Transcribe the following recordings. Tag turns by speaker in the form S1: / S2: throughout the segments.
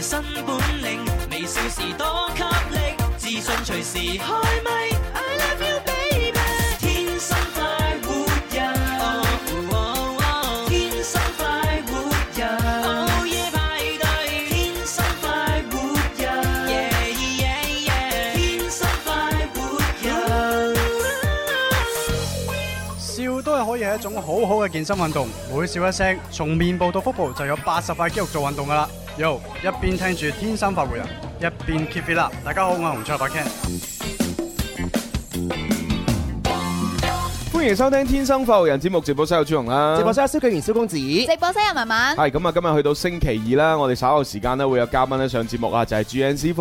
S1: 新本領，微笑時多給力，自信隨時開咪。I love you baby，天生快活人哦哦哦天生快活人，午夜派對，天生快活人，yeah yeah yeah，天生快活人。
S2: 笑都係可以係一種好好嘅健身運動，每笑一聲，從面部到腹部就有八十塊肌肉做運動噶啦。Yo，一邊聽住天生發回人，一邊 keep it up。大家好，我係洪卓發 Ken。
S3: 歡迎收聽《天生發育人》節目，直播室有朱紅啦，
S4: 直播室有蕭敬元、蕭公子，
S5: 直播室有 文文，
S3: 係咁啊！今日去到星期二啦，我哋稍後時間咧會有嘉賓咧上節目啊，就係 GNZ48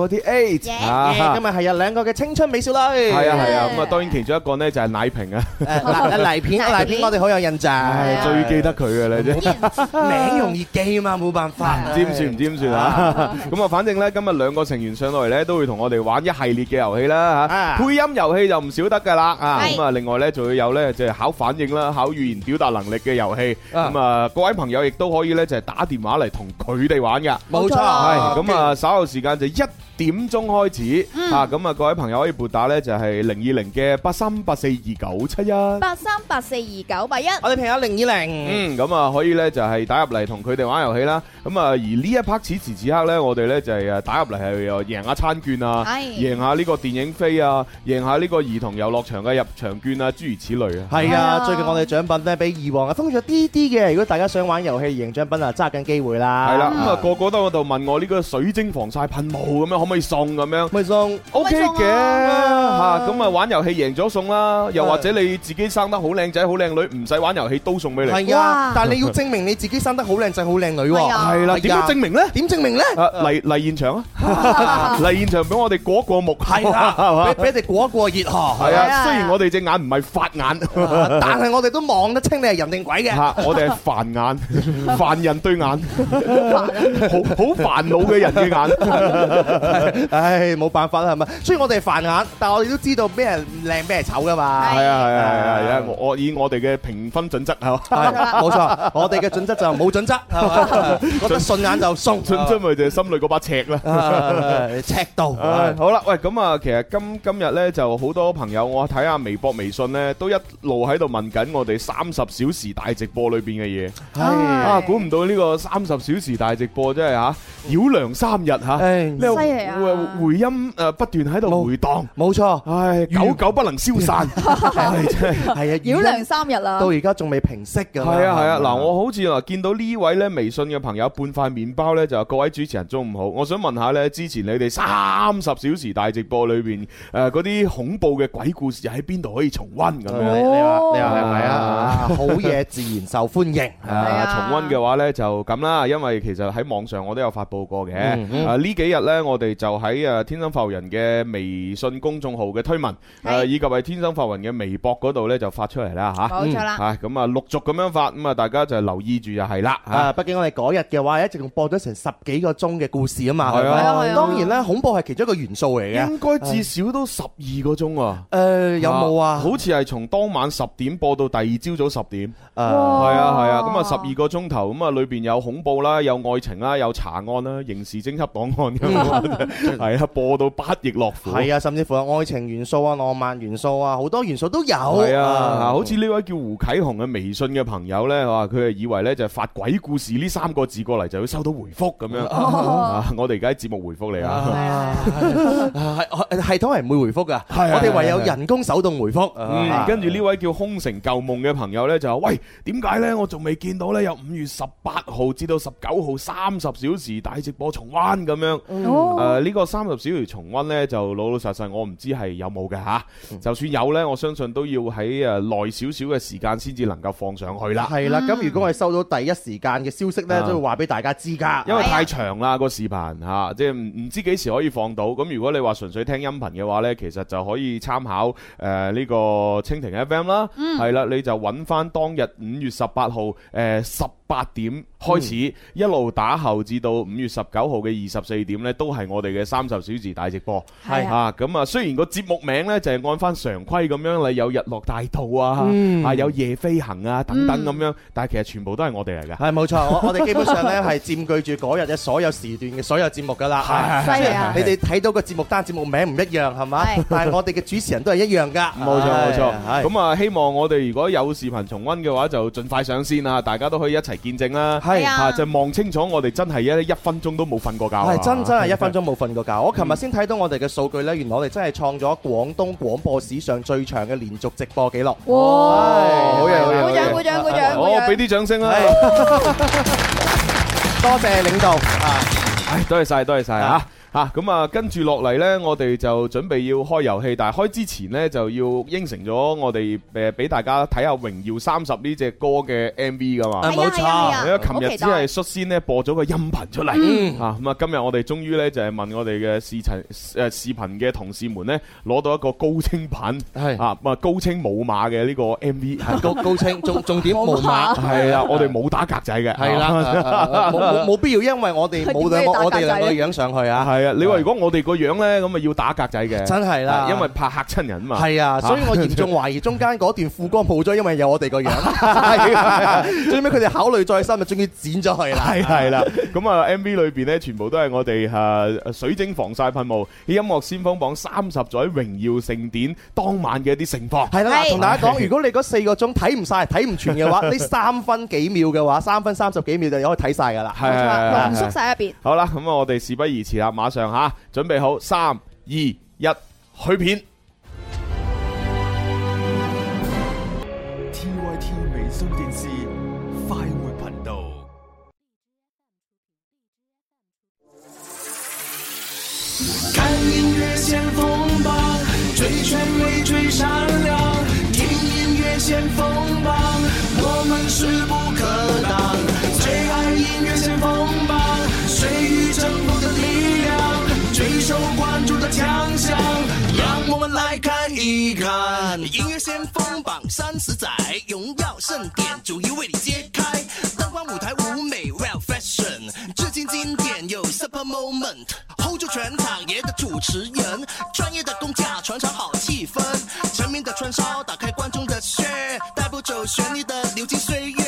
S5: Yeah
S3: 啊，
S4: Yeah，今日係有兩個嘅青春美少女，
S3: 係啊係啊，咁啊當然其中一個咧就係奶瓶 啊，
S4: 誒，黎黎 片，黎片，我哋好有印象，
S3: 唉最記得佢嘅咧啫。
S4: 名容易記嘛，冇辦法，
S3: 唔知點算唔知點算啊！ 咁啊，反正咧今日兩個成員上到嚟咧，都會同我哋玩一系列嘅遊戲啦
S4: 啊
S3: 嚇，配音遊戲就唔少得噶啦啊！
S5: 係
S3: 咁啊，另外咧仲會有咧就係考反應啦、考語言表達能力嘅遊戲。
S4: 啊
S3: 咁啊，各位朋友亦都可以咧就係打電話嚟同佢哋玩噶。
S4: 冇錯，
S3: 係咁啊，稍後時間就一點鐘開始
S5: 嗯
S3: 啊，咁啊各位朋友可以撥打咧就係零二零嘅八三八四二九七一，
S5: 八三八四二九八一，
S4: 我哋朋友零二零，
S3: 嗯，咁啊可以咧就係打入嚟同佢哋玩遊戲啦。咁啊而呢一 part 此時此刻咧，我哋咧就係誒打入嚟係又贏下餐券啊，
S5: 係
S3: 贏下呢個電影飛啊，贏下呢個兒童遊樂場嘅入場券啊，諸如此類啊。
S4: 係
S5: 係
S4: 啊，
S5: 啊
S4: 最近我哋獎品咧比以往啊豐富咗啲啲嘅，如果大家想玩遊戲贏獎品啊，揸緊機會啦，
S3: 係啦，咁啊個個都喺度問我呢個水晶防曬噴霧咁樣可唔可以送咁樣？
S4: 咪送
S3: O K 嘅
S5: 送
S3: 吓，
S4: 啊
S3: 咁啊玩遊戲贏咗送啦，又或者你自己生得好靚仔好靚女，唔使玩遊戲都送俾你。
S4: 係啊
S5: 哇，
S4: 但係你要證明你自己生得好靚仔好靚女喎，
S5: 係啊
S3: 係啦，點樣證明咧？
S4: 點證明咧？
S3: 啊嚟嚟現場啊！嚟現場俾我哋過一過目，
S4: 係啦，俾俾你過一過熱河，啊
S3: 係
S5: 係
S3: 啊，
S5: 啊
S3: 雖然我哋隻眼唔係法眼，
S4: 但係我哋都望得清你係人 定鬼嘅。
S3: 吓我哋係凡 眼，凡人對眼，好好煩惱嘅人嘅眼。
S4: 唉，冇辦法啦，係咪？雖然我哋係凡眼，但我哋都知道咩人靚，咩人醜噶嘛。
S3: 係啊係啊係啊係啊！我我以我哋嘅評分準則係嘛，
S4: 係冇錯，我哋嘅準則就 冇準則，係嘛？覺得順眼就送，
S3: 準則咪就係心裏嗰把尺啦。
S4: 唉尺度。
S3: 唉好啦，喂，咁啊，其實今今日咧就好多朋友，我睇下微博、微信咧，都一路喺度問緊我哋三十小時大直播裏邊嘅嘢。
S4: 唉
S3: 啊，估唔到呢個三十小時大直播真係嚇，繞梁三日嚇，
S4: 唉
S3: 呢個
S5: 犀利啊
S3: 回回音誒不斷喺度
S4: 冇
S3: 回盪，
S4: 冇錯，
S3: 唉，久久不能消散，唉真係。
S4: 係啊，
S5: 繞
S4: 而
S5: 梁
S4: 家
S5: 三日啦
S4: 到，而家仲未平息㗎。
S3: 係啊係啊，嗱，我好似嗱見到呢位咧微信嘅朋友半塊麵包咧，就話各位主持人中午好，我想問下咧，之前你哋三十小時大直播裏邊誒嗰啲恐怖嘅鬼故事喺邊度可以重温咁
S4: 你
S3: 樣？
S4: 你話你話係咪
S3: 啊
S4: 啊？好嘢自然受歡迎。
S3: 啊，重温嘅話呢就咁啦，因為其實喺網上我都有發布過嘅。
S4: 嗯嗯
S3: 啊，呢幾日呢，我哋就喺誒天生發育人嘅微信公眾號嘅推文，誒
S5: 係
S3: 以及係天生發育人嘅微博嗰度呢，就發出嚟啦嚇。
S5: 冇錯啦，
S3: 啊，咁啊陸續咁樣發，咁啊大家就留意住就係啦嚇。
S4: 啊，畢竟我哋嗰日嘅話，一直仲播咗成十幾個鐘嘅故事啊嘛。
S3: 係啊
S4: 咪
S5: 係啊係啊
S4: 當然啦，恐怖係其中一個元素嚟嘅。
S3: 應該至少都十二個鐘啊！
S4: 誒，有冇啊？
S3: 好似係從當晚十點播到第二朝早十點，
S4: 誒。
S3: 係啊係啊，
S5: 哇
S3: 咁啊十二個鐘頭，咁啊裏邊有恐怖啦，有愛情啦，有查案啦，刑事偵緝檔案 咁，係啊，播到不亦樂乎。
S4: 嗯係啊，甚至乎有愛情元素啊、浪漫元素啊，好多元素都有。
S3: 係啊，啊好似呢位叫胡啟雄嘅微信嘅朋友呢，話佢係以為呢就係發鬼故事呢三個字過嚟就會收到回覆咁樣。
S5: 哦
S3: 啊我哋而家喺節目回覆你啊。
S5: 係啊
S4: 啊係系統係唔會回覆噶，
S3: 係啊
S4: 我哋唯有人工手動回覆。
S3: 嗯，
S4: 啊
S3: 跟住呢位叫空城舊夢嘅朋友呢，就話：喂，點解呢？我仲未見到呢，有五月十八號至到十九號三十小時大直播重温咁樣。誒
S5: 哦，
S3: 呢個三十小時重温呢，就老老實實，我唔知係有冇嘅嚇。就算有呢，我相信都要喺誒耐少少嘅時間先至能夠放上去啦。
S4: 係啦，
S5: 嗯
S4: 咁如果我哋收到第一時間嘅消息咧，
S3: 啊
S4: 都會話俾大家知㗎。
S3: 因為太長啦個視頻嚇、即係唔唔知幾時可以放到。咁如果你話純粹聽音頻嘅話呢，其實就可以參考呃誒呢、個蜻蜓 FM 啦，係啦、你就揾翻當日五月十八號誒十
S4: 嗯
S3: 八點開始，一路打後至到五月十九號嘅二十四點呢，都係我我哋嘅三十小時大直播。
S5: 係啊
S3: 啊，咁啊，雖然個節目名呢就係按翻常規咁樣，你有日落大道啊，
S4: 嗯
S3: 啊有夜飛行啊等等咁樣，但係其實全部都係我哋嚟㗎。
S4: 係冇錯， 我我哋基本上咧係佔據住嗰日嘅所有時段嘅所有節目㗎啦。
S5: 犀利啊
S4: 你！哋睇到個節目單節目名唔一樣係嘛
S5: 係？
S4: 但係我哋嘅主持人都係一樣㗎。
S3: 冇錯冇錯，
S4: 係
S3: 咁啊希望我哋如果有視頻重温嘅話，就盡快上線啊！大家都可以一齊見證啦。
S4: 係
S5: 係啊
S3: 啊，就望清楚我哋真係一一分鐘都冇瞓過覺啊。嗯
S4: 係真真係一分鐘冇瞓過覺。我琴日先睇到我哋嘅數據呢，原來我哋真係創咗廣東廣播史上最長嘅連續直播記錄。
S5: 哇！
S3: 好嘢好嘢好嘢
S5: 鼓掌鼓掌鼓掌鼓
S3: 我
S5: 掌！
S3: 俾啲掌聲啦！
S4: 係 多謝領導啊！
S3: 唉， 多謝晒，多謝晒嚇
S4: 啊
S3: 嚇咁啊，跟住落嚟呢，我哋就準備要開遊戲，但係開之前呢，就要應承咗我哋誒俾大家睇下《榮耀三十》呢只歌嘅 MV 噶嘛。
S5: 係啊
S4: 冇錯
S5: 係啊係啊
S3: 因為琴日只
S5: 好期
S3: 係率先咧播咗個音頻出嚟，啊咁啊今日我哋終於咧就係問我哋嘅視頻誒視頻嘅同事們咧攞到一個高清版，
S4: 係
S3: 啊咁啊高清冇碼嘅呢個 MV 係
S4: 高高清，重重點無碼。
S3: 係啊，我哋冇打格仔嘅，
S4: 係 啦，
S3: 啊。
S4: 冇冇冇必要，因為我哋冇兩個
S5: 佢點解要打
S4: 我
S5: 格仔
S4: 哋兩個樣上去啊，
S3: 係啊，你話如果我哋個樣咧，咁啊要打格仔嘅，
S4: 真係啦，
S3: 因為怕嚇親人嘛。
S4: 係啊，所以 我嚴重懷疑中間嗰段副光冇咗，因為有我哋個樣。啊最尾佢哋考慮再深，就終於剪咗佢啦。
S3: 系系啦，咁啊 M V 裏边咧，全部都係我哋诶水晶防曬噴霧，音樂先鋒榜三十載榮耀盛典當晚嘅一啲盛況。
S4: 係啦，
S5: 係
S4: 同大家講，如果你嗰四個鐘睇唔晒、睇唔全嘅 話，呢三分幾秒嘅話，三分三十幾秒就可以睇晒㗎啦。
S5: 冇錯
S3: 係
S5: 啦
S3: 係
S5: 濃縮晒入邊。
S3: 好啦，咁啊，我哋事不宜遲啦，馬上吓，準備好，三二一，去片。
S6: TYT 微信電視快活頻道
S1: 看音樂先鋒榜，最權威最閃亮，聽音樂先鋒榜，我們勢不可擋。最愛音樂先鋒榜，誰與爭鋒的力量，最受關注的強項，讓我們來看一看。音樂先鋒榜三十載，榮耀盛典逐一為你揭開，燈光舞台舞美 well fashion，致敬經典有 super moment，hold 住全場也的主持人，专业的工匠传唱好气氛，全民的串烧打开观众的血，带不走旋律的流金岁月。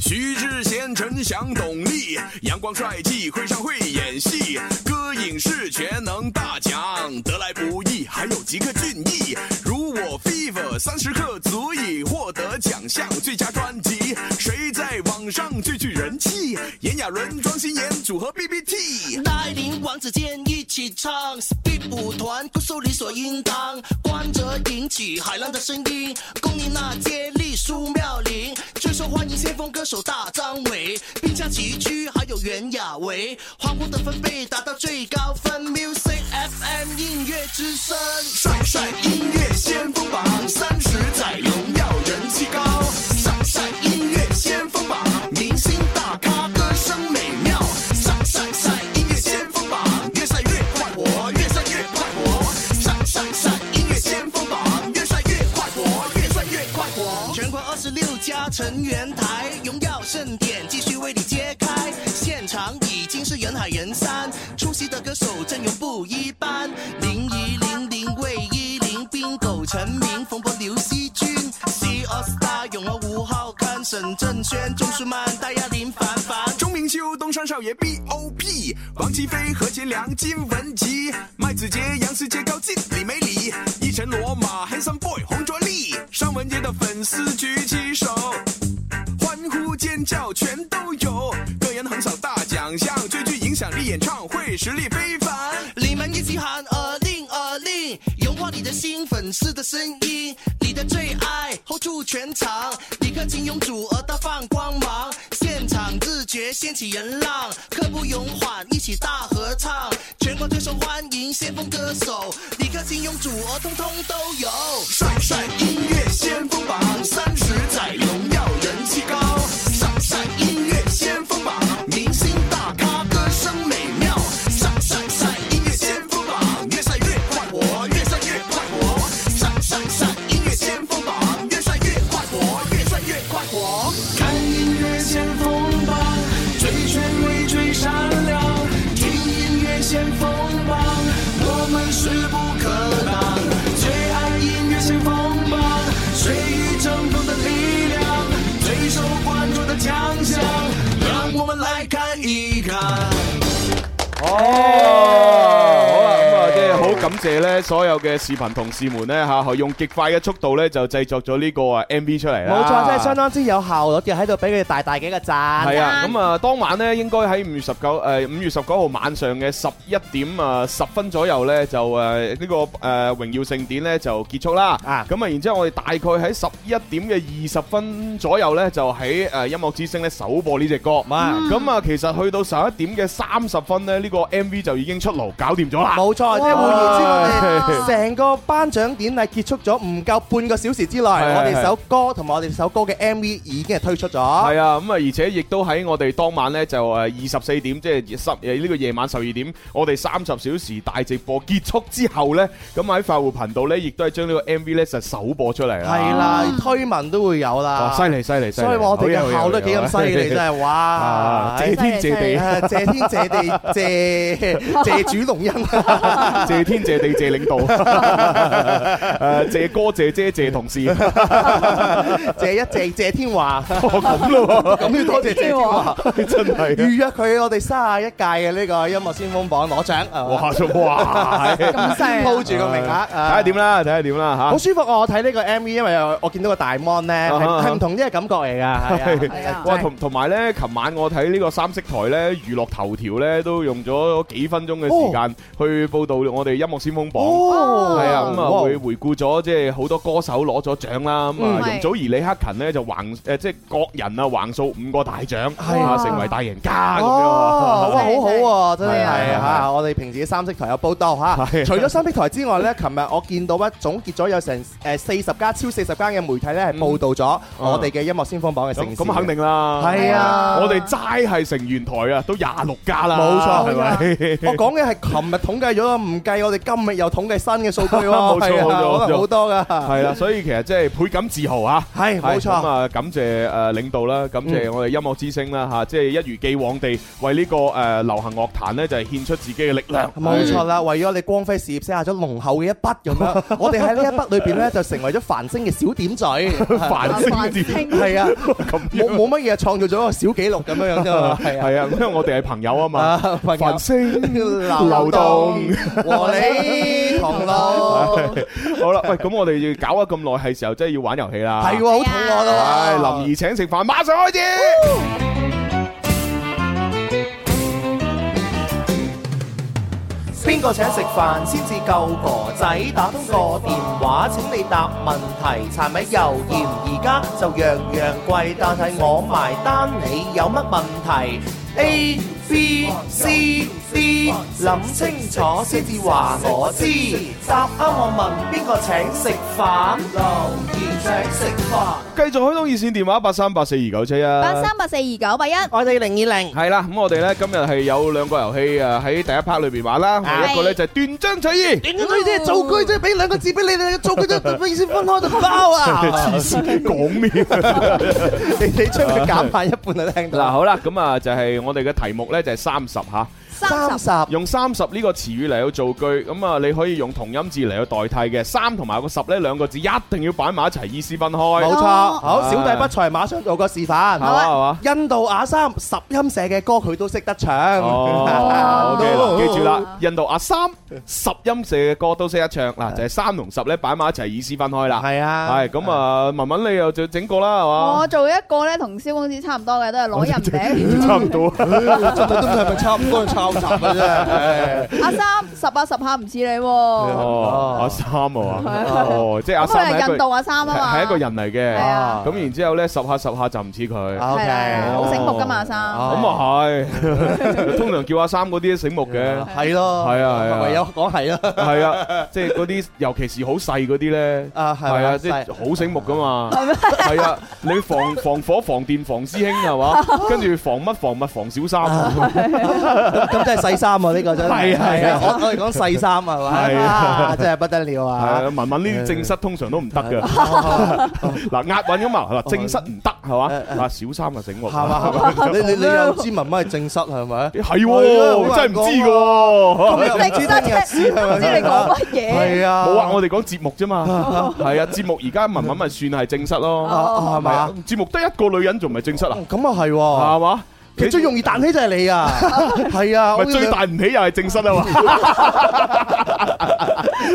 S6: 徐志贤、陈翔、董力，阳光帅气，会唱会演戏，歌影视全能大奖得来不易，还有极客俊逸。如我 fever 三十克足以获得奖项最佳专辑，谁在网上最具人气？炎亚纶、庄心妍组合 BBT。
S1: 带领王子健一起唱，Speed 舞团歌手理所应当，光泽引起海浪的声音，龚琳娜接力苏妙玲，最受欢迎先锋歌手大张伟，并驾齐驱还有袁娅维，欢呼的分贝达到最高分，Music FM 音乐之声，
S6: 上善音乐先锋榜三十载，荣耀人气高。上善音乐先锋榜，明星大咖歌声美妙。上善善音乐先锋榜，越晒越快活，越晒越快活。上善善音乐先锋榜，越晒越快活，越晒越快活。
S1: 全国二十六家成员台，荣耀盛典继续为你揭开。现场已经是人海人山，出席的歌手阵容不一般。林怡、零零、魏一林、冰狗、陈明、冯博、刘惜君、C All Star、永和吴浩康、沈正轩、钟舒漫、戴亚林、凡凡。
S6: 钟明秋、东山少爷 B O P、王齐飞、何洁良、金文岐、麦子杰、杨思杰、高进、李梅里、一晨罗马、Handsome Boy、洪卓立，尚雯婕的粉丝举起手，欢呼尖叫全都有。个人横扫大奖项，最具影响力演唱会，实力非凡。
S1: 你们一起呃喊二令二令，融化你的心，粉丝的声音，你的最爱 hold 住全场，李克勤用祖呃儿大放光芒，现场自觉掀起人浪，刻不容缓，一起大合唱，全国最受欢迎先锋歌手，李克勤用祖儿呃通通都有。
S6: 上善音乐先锋榜三十载，荣耀人气高。上善音乐先锋榜，明星大咖歌声美妙。上善善音乐先锋榜，越晒越快活，越晒越快活。上善善音乐先锋榜，越晒越快活，越晒越快活。
S1: 看音乐先锋榜，最权威最闪亮，
S4: 啊
S3: 謝咧所有嘅視頻同事們咧嚇，用極快嘅速度咧就製作咗呢個啊 MV 出嚟啦。
S4: 冇錯，真係相當之有效率嘅，喺度俾佢哋大大幾個讚。
S3: 係啊，咁啊，當晚咧應該喺五月十九誒五月十九號晚上嘅十一點啊十分左右咧，就誒呢個誒榮耀盛典咧就結束啦。
S4: 啊
S3: 咁啊，然之後我哋大概喺十一點嘅二十分左右咧，就喺誒音樂之聲咧首播呢只歌。咁啊，其實去到十一點嘅三十分咧，呢個 MV 就已經出爐搞掂咗啦。
S4: 冇錯，即係換言之，我哋成個頒獎典禮結束咗唔夠半個小時之內，
S3: 係
S4: 我哋
S3: 係
S4: 首歌同埋我哋首歌嘅 MV 已經係推出咗。
S3: 係啊，咁啊，而且亦都喺我哋當晚咧就誒呃二十四點，即係十誒呢個夜晚十二點，我哋三十小時大直播結束之後咧，咁喺快活頻道咧，亦都係將呢個 MV 咧就首播出嚟啦。
S4: 係啦，推文都會有
S3: 哇，
S4: 啦。
S3: 犀！利犀利犀利！
S4: 所以話我哋
S3: 好
S4: 嘅
S3: 嘢
S4: 效率幾咁犀利，
S3: 好嘢
S4: 真。
S3: 好嘢
S4: 係哇
S3: 啊！謝天謝
S5: 犀利
S3: 地，
S4: 啊謝天謝地 謝謝主隆恩，
S3: 謝天謝地謝領 導，誒謝呃哥謝姐謝同事，哦
S4: 謝一謝謝 天華，
S3: 咁咯
S4: 咁要多謝謝天華。
S3: 喎，真
S4: 預
S3: 係。
S4: 約佢我哋三十一屆嘅呢個音樂先鋒榜攞獎，係嘛
S3: 哇 哇，
S5: 咁犀利
S4: 鋪住個名額，
S3: 睇
S4: 啊
S3: 下點啦，睇下點啦嚇
S4: 好。舒服啊！我睇呢個 MV，因為我見到個大 mon 咧，係
S3: 啊哈
S4: 係唔同啲嘅感覺嚟㗎，係啊
S5: 係啊
S3: 哇，同同埋咧，琴晚我睇呢個三色台咧，娛樂頭條咧都用咗幾分鐘嘅時間去報導我哋音樂先鋒榜。
S4: 哦
S3: 係啊，咁啊
S4: 哇
S3: 會回顧咗即係好多歌手攞咗獎啦，咁啊
S5: 嗯
S3: 容祖兒、李克勤咧就橫誒即係各人啊橫掃五個大獎，
S4: 係
S3: 啊
S5: 啊
S3: 成為大贏家咁樣
S4: 哦，哇，
S3: 啊。
S4: 好好喎，真
S3: 係
S4: 係
S3: 啊係啊
S4: 嚇！我哋平時三色台有報道嚇，除咗三色台之外咧，琴日我見到咧總結咗有成誒四十家超四十間嘅媒體咧係報道咗我哋嘅音樂先鋒榜嘅
S3: 嗯咁
S4: 成
S3: 咁肯定啦，
S4: 係啊
S3: 我哋齋係成員台啊，都廿六家啦，哦
S4: 冇錯
S3: 係 啊咪？
S4: 我講嘅係琴日統計咗，唔計我哋今日又統計新嘅數據 喎，
S3: 冇錯冇
S4: 係啊
S3: 錯
S4: 可能好多㗎，
S3: 係啦，所以其實即係倍感自豪啊！
S4: 係冇
S3: 咁
S4: 錯，
S3: 啊，感謝誒領導啦，感謝我哋音樂之星啦嚇，即係一如既往地為呢個誒流行樂壇咧就係獻出自己嘅力量。
S4: 冇錯啦，為咗我哋光輝事業寫下咗濃厚嘅一筆咁 樣，我哋喺呢一筆裏邊咧就成為咗繁星嘅小 點嘴，
S3: 繁星之
S4: 係啊， 冇冇乜嘢創造咗個小紀錄咁樣樣 啫嘛，係啊。
S3: 係啊，因為我哋係朋友啊嘛，
S4: 啊，朋友
S3: 繁星流動
S4: 流動。和你同路，
S3: 好啦，喂，咁我哋要搞咗咁耐，係時候真係要玩遊戲啦。
S4: 係喎，好肚餓
S3: 唉，
S4: 啦喎，
S3: 林兒請食飯，馬上開始。
S4: 邊個請食飯先至夠哥仔？打通個電話請你答問題，柴米油鹽而家就樣樣貴，但係我埋單，你有乜問題？A B C D，諗清楚先至話我知。答啱我問邊個請食飯？留言請食飯。
S3: 繼續開通熱線電話八三八四二九七一。
S5: 八三八四二九八一，
S4: 我哋零二零。
S3: 係啦，咁我哋咧今日係有兩個遊戲誒喺第一 part 裏邊玩啦，
S5: 係
S3: 一個咧就係斷章取義。
S4: 短短句啫，造句啫，俾兩個字俾你哋，造句啫，意思分開就包
S3: à?
S4: 啊！
S3: 黐線講咩啊？
S4: 你你將佢減下一半就聽
S3: 嗱，。好啦，咁啊就係我哋嘅題目呢，就係三十吓，
S5: 三十
S4: 十
S3: 用三十呢個詞語嚟去造句，咁啊你可以用同音字嚟去代替嘅，三同埋個十呢兩個字一定要擺埋一齊，意思分
S4: 冇
S3: 開。
S4: 錯，
S5: 哦
S4: 好小弟不才，馬上做個示範。
S3: 好啊好啊
S4: 印度阿三十音社嘅歌佢都識得 唱。
S3: 哦，OK
S4: 好
S3: 啦，記住啦，印度阿三十音社嘅歌都識得唱，嗱就係三同十呢擺埋一齊，意思分開啦。
S4: 係啊，
S3: 係咁啊，文文你又就整個啦，係
S5: 我
S3: 嘛？
S5: 做一個咧，同蕭公子差唔多嘅，都係攞 人名。
S3: 差 唔多。
S4: 真係都係咪差唔多抄襲 嘅啫？
S5: 阿三十啊十下唔似你喎，
S3: 哦
S4: 哦，
S3: 阿三啊嘛，哦，即係阿
S5: 咁
S3: 三係一
S5: 佢係
S3: 個
S5: 印度阿三啊嘛，
S3: 係一個人嚟嘅
S5: 係。啊
S3: 咁然之後咧，十下十下就唔似佢。
S5: 係
S4: OK，
S5: 啦，好醒目噶嘛阿
S4: 哦
S5: 三，
S3: 咁啊係， 通常叫阿三嗰啲都醒目嘅，
S4: 係咯，
S3: 係啊係啊
S4: 唯有講係啦。
S3: 係啊，即係嗰啲尤其是好細嗰啲咧，
S4: 啊係
S3: 係啊，
S4: 啊
S3: 即係
S4: 細
S3: 好醒目噶嘛，係啊，你防防火防電防師兄係 嘛，跟住防乜防物防小三，
S4: 啊咁真係細衫啊！呢個真
S3: 係啊係啊
S4: 我我哋講細衫係嘛，
S3: 係啊
S4: 啊真係不得了
S3: 係啊，
S4: 啊！
S3: 文文呢啲正室通常都唔得嘅， 嗱押韻咁嘛，嗱正室唔得係嘛，啊小三啊醒目，
S4: 係嘛係嘛，你你你又知文文係正室係咪？
S3: 係
S4: 係
S3: 喎，
S4: 啊
S3: 真係唔知嘅
S4: 好
S3: 喎。
S4: 咁又唔知聽日事係咪？
S5: 唔知你講乜嘢
S4: 係啊，
S3: 冇啊，我哋講節目啫 嘛，係啊，節目而家文文咪算係正室咯，
S4: 啊係
S3: 係啊
S4: 嘛？
S3: 節目得一個女人仲唔係正室啊？
S4: 咁啊係喎，
S3: 係嘛？
S4: 其實最容易彈起就係你啊，係啊，
S3: 咪
S4: 我
S3: 最大唔起又係正室啊 嘛，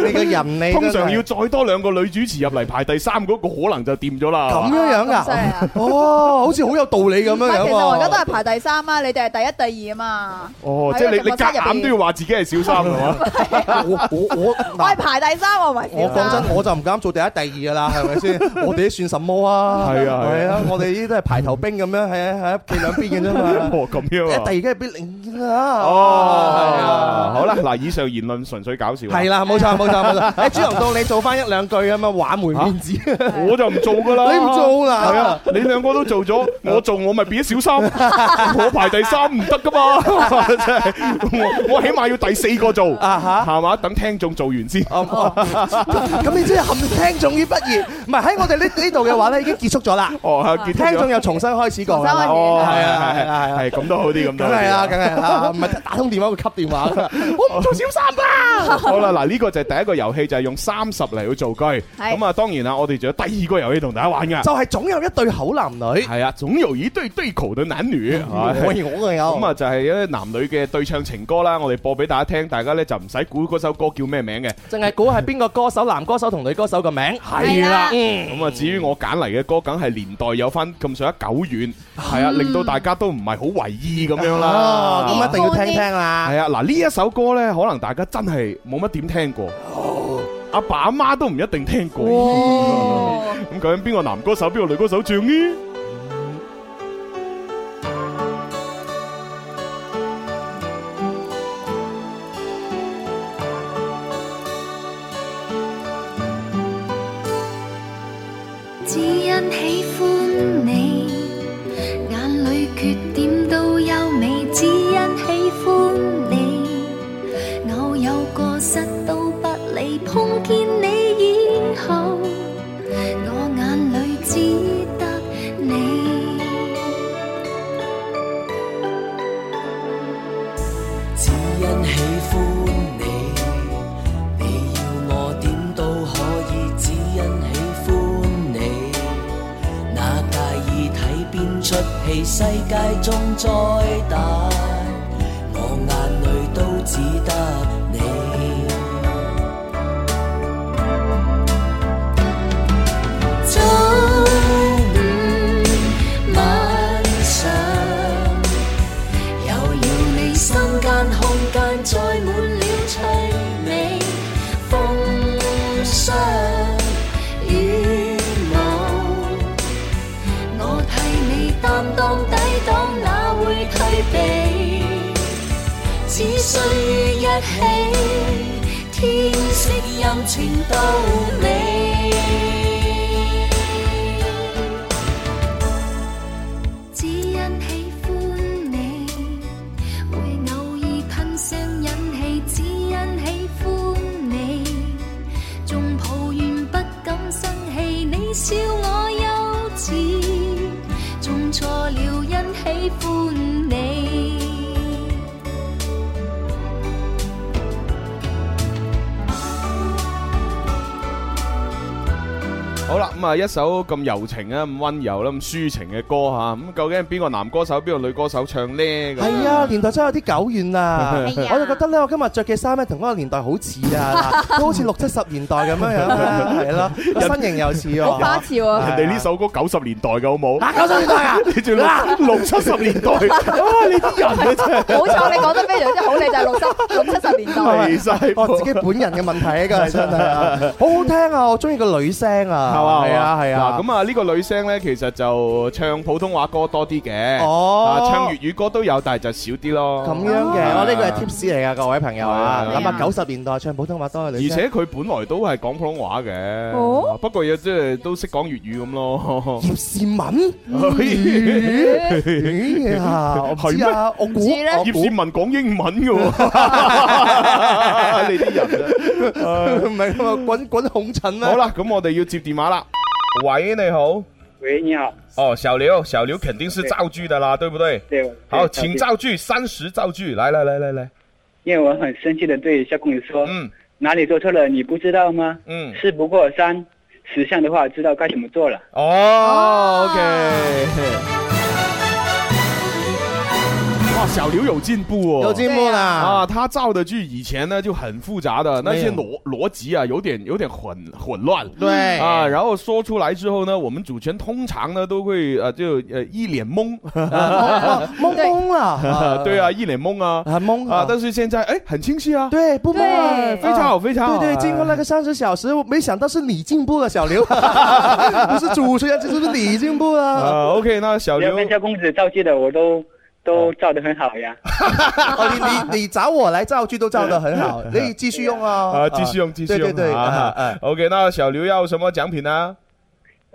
S4: 你個人你
S3: 通
S4: 真
S3: 常
S4: 係
S3: 要再多兩個女主持入嚟排第三嗰個可能就掂咗啦。
S4: 咁樣樣
S5: 咁犀利
S4: 噶
S5: 啊，
S4: 哦，好似好有道理咁
S5: 唔
S4: 樣
S5: 係，
S4: 樣
S5: 其實我而家都
S4: 喎。
S5: 係排第三啊，你哋係第一、第二啊啊嘛。
S3: 哦，即係你你夾硬都要話自己係小三係嘛？
S4: 我我我
S5: 我係
S4: 嗱，
S5: 排第三，我唔係
S4: 我
S5: 小三
S4: 講真，我就唔敢做第一、 第二噶啦，係咪先？我哋啲算什麼啊？
S3: 係啊係啊
S4: 係啊，我哋呢啲都係排頭兵咁樣，喺 喺屋企兩邊嘅啫嘛。
S3: 哦，咁樣啊
S4: 第。二梗係必零啦。
S3: 哦，好啦，嗱，以上言論純粹搞笑，
S4: 係，啦，冇錯冇錯 冇錯。誒，朱紅到你做翻一兩句咁啊，挽回面子。你
S3: 我就唔做噶啦，
S4: 唔
S3: 係
S4: 做啦
S3: 啊，，你兩個都做咗，我做我咪變咗 小三，我排第三唔得噶嘛， 真係，我我起碼要第四個做，
S4: 啊嚇。
S3: 係嘛？等聽眾做完先。
S4: 咁你真係陷聽眾於不義，唔係喺我哋呢呢度嘅話咧，已經結束咗啦。
S3: 哦，係結束咗
S4: 聽眾又重新開始過
S5: 重新開
S4: 啦
S5: 始。
S3: 哦，係啊
S4: 係啊
S3: 係
S4: 係啊係
S3: 啊
S4: 啊
S3: 係，咁都好啲，咁都
S4: 梗
S3: 好啲
S4: 係啦，梗係啦，唔係打通電話會吸電話㗎。我唔做小三 啦。
S3: 好啦，嗱呢個就係第一個遊戲，就係用三十嚟去造句。咁啊，當然啦，我哋仲有第二個遊戲同大家玩噶。
S4: 就係總有一對口男女，
S3: 係啊，總有一對對口的男女。係
S4: 我我嘅有。
S3: 咁啊，就係一啲男女嘅對唱情歌啦，我哋播俾大家聽，大家咧就唔使估嗰首歌叫咩名嘅。
S4: 淨係估係邊個歌手，男歌手同女歌手個名。
S5: 係啦
S4: 嗯，
S3: 咁啊，至於我揀嚟嘅歌，梗係年代有翻咁上下久遠，係啊，令到大家都唔係好為意咁樣
S4: 哦，
S3: 啦。
S4: 咁一定要聽聽啦。
S3: 係啊，嗱呢一首歌咧，可能大家真係冇乜點聽過，阿爸阿媽都唔一定聽過。
S5: 哦，
S3: 咁究竟邊個男歌手，邊個女歌手唱呢？
S7: 只因喜歡你，眼裏缺點都優美。只因喜歡你，偶有過失都不理。碰見你以後，我眼裏只得你。
S1: 只因喜歡你，你要我點都可以。只因喜歡你，哪介意睇邊出戲？世界中災難，我眼淚都只得你。
S7: 早午晚上。有了你，心間空間載滿了趣味，風霜雨霧，我替你擔當抵擋，哪會退避？只需於一起，天色陰晴都美。只因喜歡你，會偶爾噴聲引起；只因喜歡你，仲抱怨不敢生氣。你笑我幼稚，種錯了因喜歡你。
S3: 好啦，咁啊一首咁柔情啊，咁温柔啦，咁抒情嘅歌吓，咁究竟係邊個男歌手，邊個女歌手唱呢？咁
S4: 係啊，年代真係有啲久遠啊！
S5: 係啊
S4: 我就覺得咧，我今日着嘅衫咧，同嗰個年代好似啊，都好似六七十年代咁樣樣啦， 係咯，個身形又似喎。
S5: 好花俏啊！
S3: 人哋呢首歌九十年代嘅好冇？
S4: 啊，九十年代啊！
S3: 你仲六六七十年 代，啊你啲人啊真係
S5: 冇錯，你講得非常之好，你就係六七啊六七十年代。
S3: 迷晒
S4: 我自己本人嘅問題嚟㗎，真係啊，好好聽啊！我中意個女聲啊，
S3: 係嘛？
S4: 係啊，係啊。
S3: 嗱咁啊，呢個女聲咧，其實就唱普通話歌多啲嘅，啊
S4: 哦，
S3: 唱粵語歌都有，但係就少啲咯。
S4: 咁樣嘅，
S3: 啊
S4: 我呢個係 tips 嚟㗎，各位朋友啊，
S3: 係啊
S4: 諗下九十年代唱普通話多嘅
S3: 而
S4: 女聲，
S3: 且佢本來都係講普通話嘅
S5: 哦，
S3: 不過又即係都識講粵語咁咯。哎
S4: 葉倩文。咦啊我唔知啊，我估
S5: 唔知咧
S4: 我
S3: 葉
S4: 估
S3: 倩文講英文嘅喎，你啲人啊！
S4: 唔係咁啊，滾滾紅塵啦。
S3: 好啦，咁我哋要接電話啦。喂，你好。
S8: 喂，你好，
S3: 哦，小刘，小刘肯定是造句的啦，对不对？
S8: 对，
S3: 好，
S8: 对
S3: 请。造句，三十造句，来来来来来，
S8: 因为我很生气的对小公主说，
S3: 嗯
S8: 哪里做错了你不知道吗？
S3: 嗯，
S8: 事不过三，识相的话知道该怎么做了。
S3: 哦，OK，哇，小刘有进步哦，
S4: 有进步啦
S3: 啊，！他造的剧以前呢就很复杂的，那些逻逻辑啊有点有点混混乱。
S4: 对
S3: 啊，然后说出来之后呢，我们主持人通常呢都会呃就呃一脸 懵，
S4: 哦懵
S5: 对
S4: 懵了，
S3: 对啊，，一脸懵啊
S4: 很懵
S3: 啊
S4: 啊，，
S3: 但是现在哎很清晰啊，
S4: 对不懵了，
S5: 对
S3: 非常好非常好，
S4: 对对，经过那个三十小时，我没想到是你进步了，小刘，不是主持人，这是不是你进步了？
S3: 啊 OK，那小
S8: 你要
S3: 刘啊
S8: 跟萧公子造句的，我都都造得很好呀。
S4: 哦，你你你找我来造句都造得很 好，你继续用啊，
S3: 啊继续用继续
S4: 对
S3: 用
S4: 对对，啊
S3: 啊
S4: 啊
S3: OK，那小刘要什么奖品呢？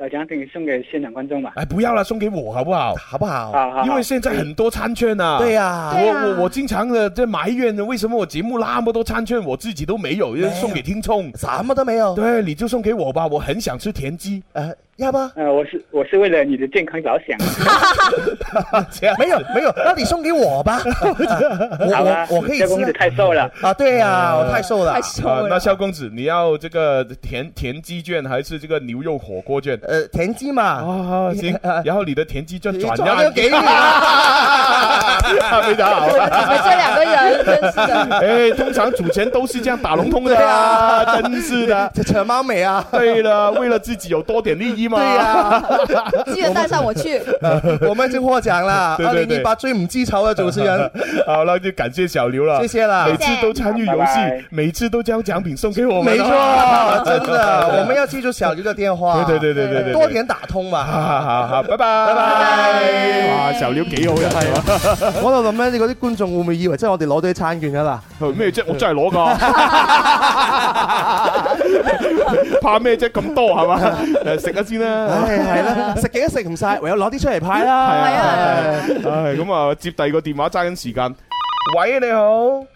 S8: 呃，奖品送给现场观众吧。
S3: 哎，不要了，送给我好不好？
S4: 好不好？
S8: 好好，
S3: 因为
S8: 好
S3: 现在很多餐券啊，
S4: 对呀，
S5: 对啊
S3: 我我我经常的在埋怨呢，为什么我节目那么多餐券，我自己都没有，因为送给听众。
S4: 什么都没有，
S3: 对，你就送给我吧，我很想吃田鸡。
S4: 呃，要
S3: 啊
S4: 不？
S8: 呃，我是我是为了你的健康着想。啊
S4: 没有没有，那你送给 我吧，
S8: 好
S4: 我
S3: 啊
S8: 吧，
S4: 我我可以
S8: 萧公子
S4: 吃
S8: 太瘦了，
S4: 啊，对呀，我太瘦了
S5: 太，瘦
S3: 啊，那
S5: 了。
S3: 萧公子，你要这个田田鸡券还是这个牛肉火锅券？
S4: 呃，田鸡嘛，
S3: 啊，行， 然后你的田鸡券转
S4: 交
S3: 让
S4: 给你啊。
S3: 非常好。
S5: 你们这两个人真是的，
S3: 哎，通常主持人都是这样打龙通的
S4: 对
S3: 啊，
S4: 啊
S3: 真是 的。
S4: 这扯猫尾啊！
S3: 对了，为了自己有多点利益嘛。
S4: 对呀、
S5: 记得带上我去。
S4: 我们已经获奖了，
S3: 对
S4: 二
S3: 对
S4: 零
S3: 对
S4: 一八最唔记仇的主持 人，
S3: 好了，就感谢小刘了，
S4: 谢谢啦
S3: 每。次都参与游戏
S8: 拜拜，
S3: 每次都将奖品送给我们。
S4: 没 错，真的，我们要记住小刘的电话，
S3: 对对对对对对
S4: 多点打
S3: 好
S4: 通嘛。
S3: 好好，拜拜拜拜。哇，小料幾好人啊！
S4: 我喺度諗咧，嗰啲觀眾會唔會以為即係我哋攞咗啲餐券噶啦？
S3: 咩啫？我真係攞 㗎，怕咩啫？咁多係嘛？誒食咗先啦。
S4: 唉，係啦，食幾都食唔晒，唯有攞啲出嚟派
S3: 係
S4: 啦。
S5: 係啊
S4: 係
S3: 唉，咁啊，接第二個電話揸緊時間。喂，你好，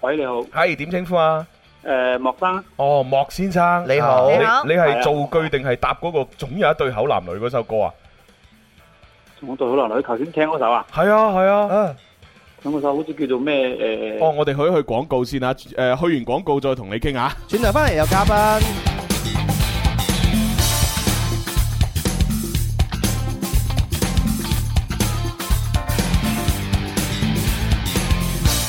S8: 喂，你好，
S3: 係點稱呼啊？
S8: 诶，莫生，
S3: 哦，莫先生，
S4: 你好
S5: 你好
S3: 你係造句定係答嗰個總有一對口男女嗰首歌啊？
S8: 我對好男女頭先聽嗰首啊，
S3: 係啊，係啊。
S4: 啊
S8: 咁嗰首好似叫做咩诶？
S3: 哦，我哋去一去廣告先啊！誒、去完廣告再同你傾下。
S4: 轉頭翻嚟有嘉
S3: 啊
S4: 賓。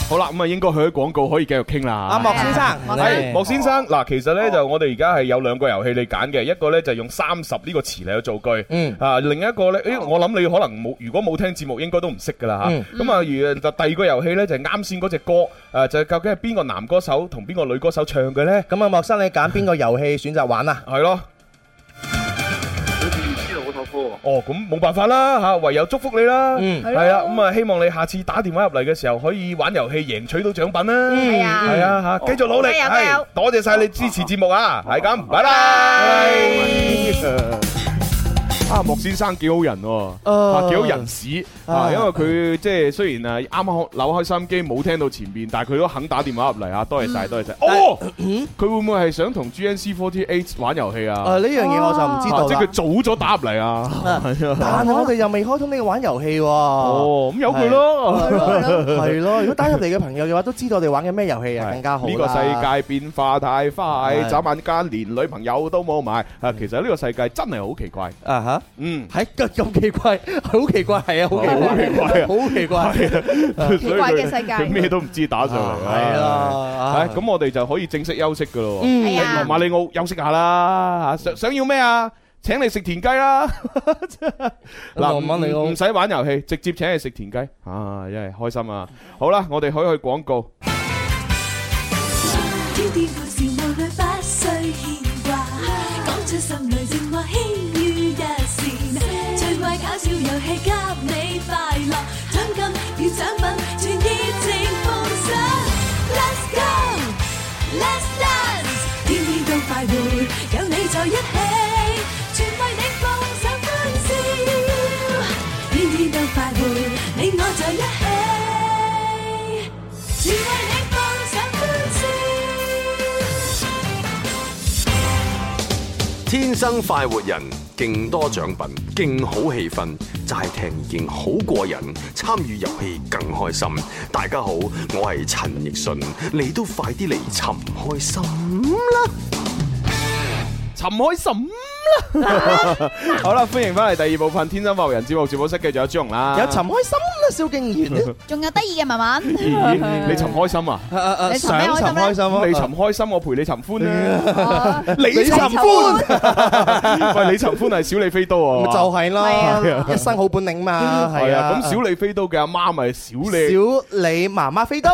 S3: 好啦，咁啊應該去咗廣告可以繼續傾啦。
S4: 阿莫先生，
S5: 莫
S3: 係
S4: 你
S3: 莫先生，嗱，其實咧就我哋而家係有兩個遊戲你揀嘅，一個咧就用三十呢個詞嚟去造句，
S4: 嗯
S3: 啊，另一個咧，誒，我諗你可能冇，如果冇聽節目應該都唔識噶啦
S4: 嗯
S3: 嚇。咁啊，如就第二個遊戲咧就係啱先嗰只歌，誒，就係究竟係邊個男歌手同邊個女歌手唱嘅咧？
S4: 咁啊，莫生你揀邊個遊戲選擇玩啊？
S3: 係咯，
S8: 好似唔知道嗰首歌喎。
S3: 哦，咁冇辦法啦嚇，唯有祝福你啦。
S4: 嗯
S3: 係啦，咁啊，希望你下次打電話入嚟嘅時候可以玩遊戲贏取到獎品啦。
S5: 係啊
S3: 係啊嚇，繼續努力，
S5: 加油加
S3: 係
S5: 油
S3: 多謝晒你支持節目啊，係咁，拜拜。 啊，莫先生幾好人喎，
S5: 哦
S3: 啊幾好人屎啊！
S4: 哦啊
S3: 因為佢即係雖然啊啱啱扭開收音機冇聽到前邊，但係佢都肯打電話入嚟啊！多謝
S4: 嗯
S3: 晒，多謝晒。哦，佢會唔會係想同 GNC48 玩遊戲
S4: 誒
S3: 啊？
S4: 嗯呢樣嘢我就唔知
S3: 啊
S4: 道
S3: 即係佢
S4: 啦。
S3: 早咗打入嚟啊！
S4: 但係我哋又未開通呢個玩遊戲喎。
S3: 哦，咁由佢咯。
S5: 係咯係咯
S4: 係咯，如果打入嚟嘅朋友嘅話，都知道我哋玩嘅咩遊戲啊，更加好啦
S3: 呢個世界變化太快，
S4: 係
S3: 眨眼間連女朋友都冇埋。啊，其實呢個世界真係好奇怪。
S4: 啊嚇，
S3: 嗯，
S4: 係咁咁奇怪，好奇怪，係啊，好
S3: 好奇怪啊
S4: 好奇怪，
S5: 奇怪嘅世界
S3: 佢咩都唔知打上嚟。
S4: 係啊，
S3: 唉，咁我哋就可以正式休息噶咯。
S4: 嗯
S5: 係啊
S3: 嚟馬里奧休息下啦，想想要咩啊？請你食田雞 啦！
S4: 嗱，馬里
S3: 唔
S4: 奧
S3: 唔使玩遊戲，直接請你食田雞啊！真係開心啊！好啦，我哋可以去廣告。
S7: 天天故事無慮不需牽掛，講出心裏情話輕於一線，趣味搞笑遊戲給你快樂，獎金與獎品全熱情奉上。Let's go，Let's dance，天天都快活，有你在一起，全為你放上歡笑，天天都快活，你我在一起。全為你放上歡笑。
S9: 天生快活人，勁多獎品，勁好氣氛，齋聽已經好過癮，參與遊戲更開心。大家好，我係陳奕迅，你都快啲嚟尋開心啦！
S3: 尋開什麼 好啦，歡迎翻嚟第二部分《天生發育人》節目直播室，繼續有朱紅啦，
S4: 有尋開心啦，蕭敬元。
S5: 仲有得意嘅文文，
S3: 咦，你尋開 心啊？
S4: 啊啊
S5: 你尋咩開心咧
S3: 咁你尋開心，我陪你尋 歡啊！
S5: 哦
S4: 你尋 歡，
S3: 喂，你尋歡係小李飛 刀啊？
S4: 咪就係
S5: 係
S4: 啦
S3: ờ,
S5: 啊，
S4: 一生好本領嘛，
S3: 係
S4: 係
S3: 啊，
S4: 啊。
S3: 咁小李飛刀嘅阿媽咪小李
S4: 小李媽媽飛刀，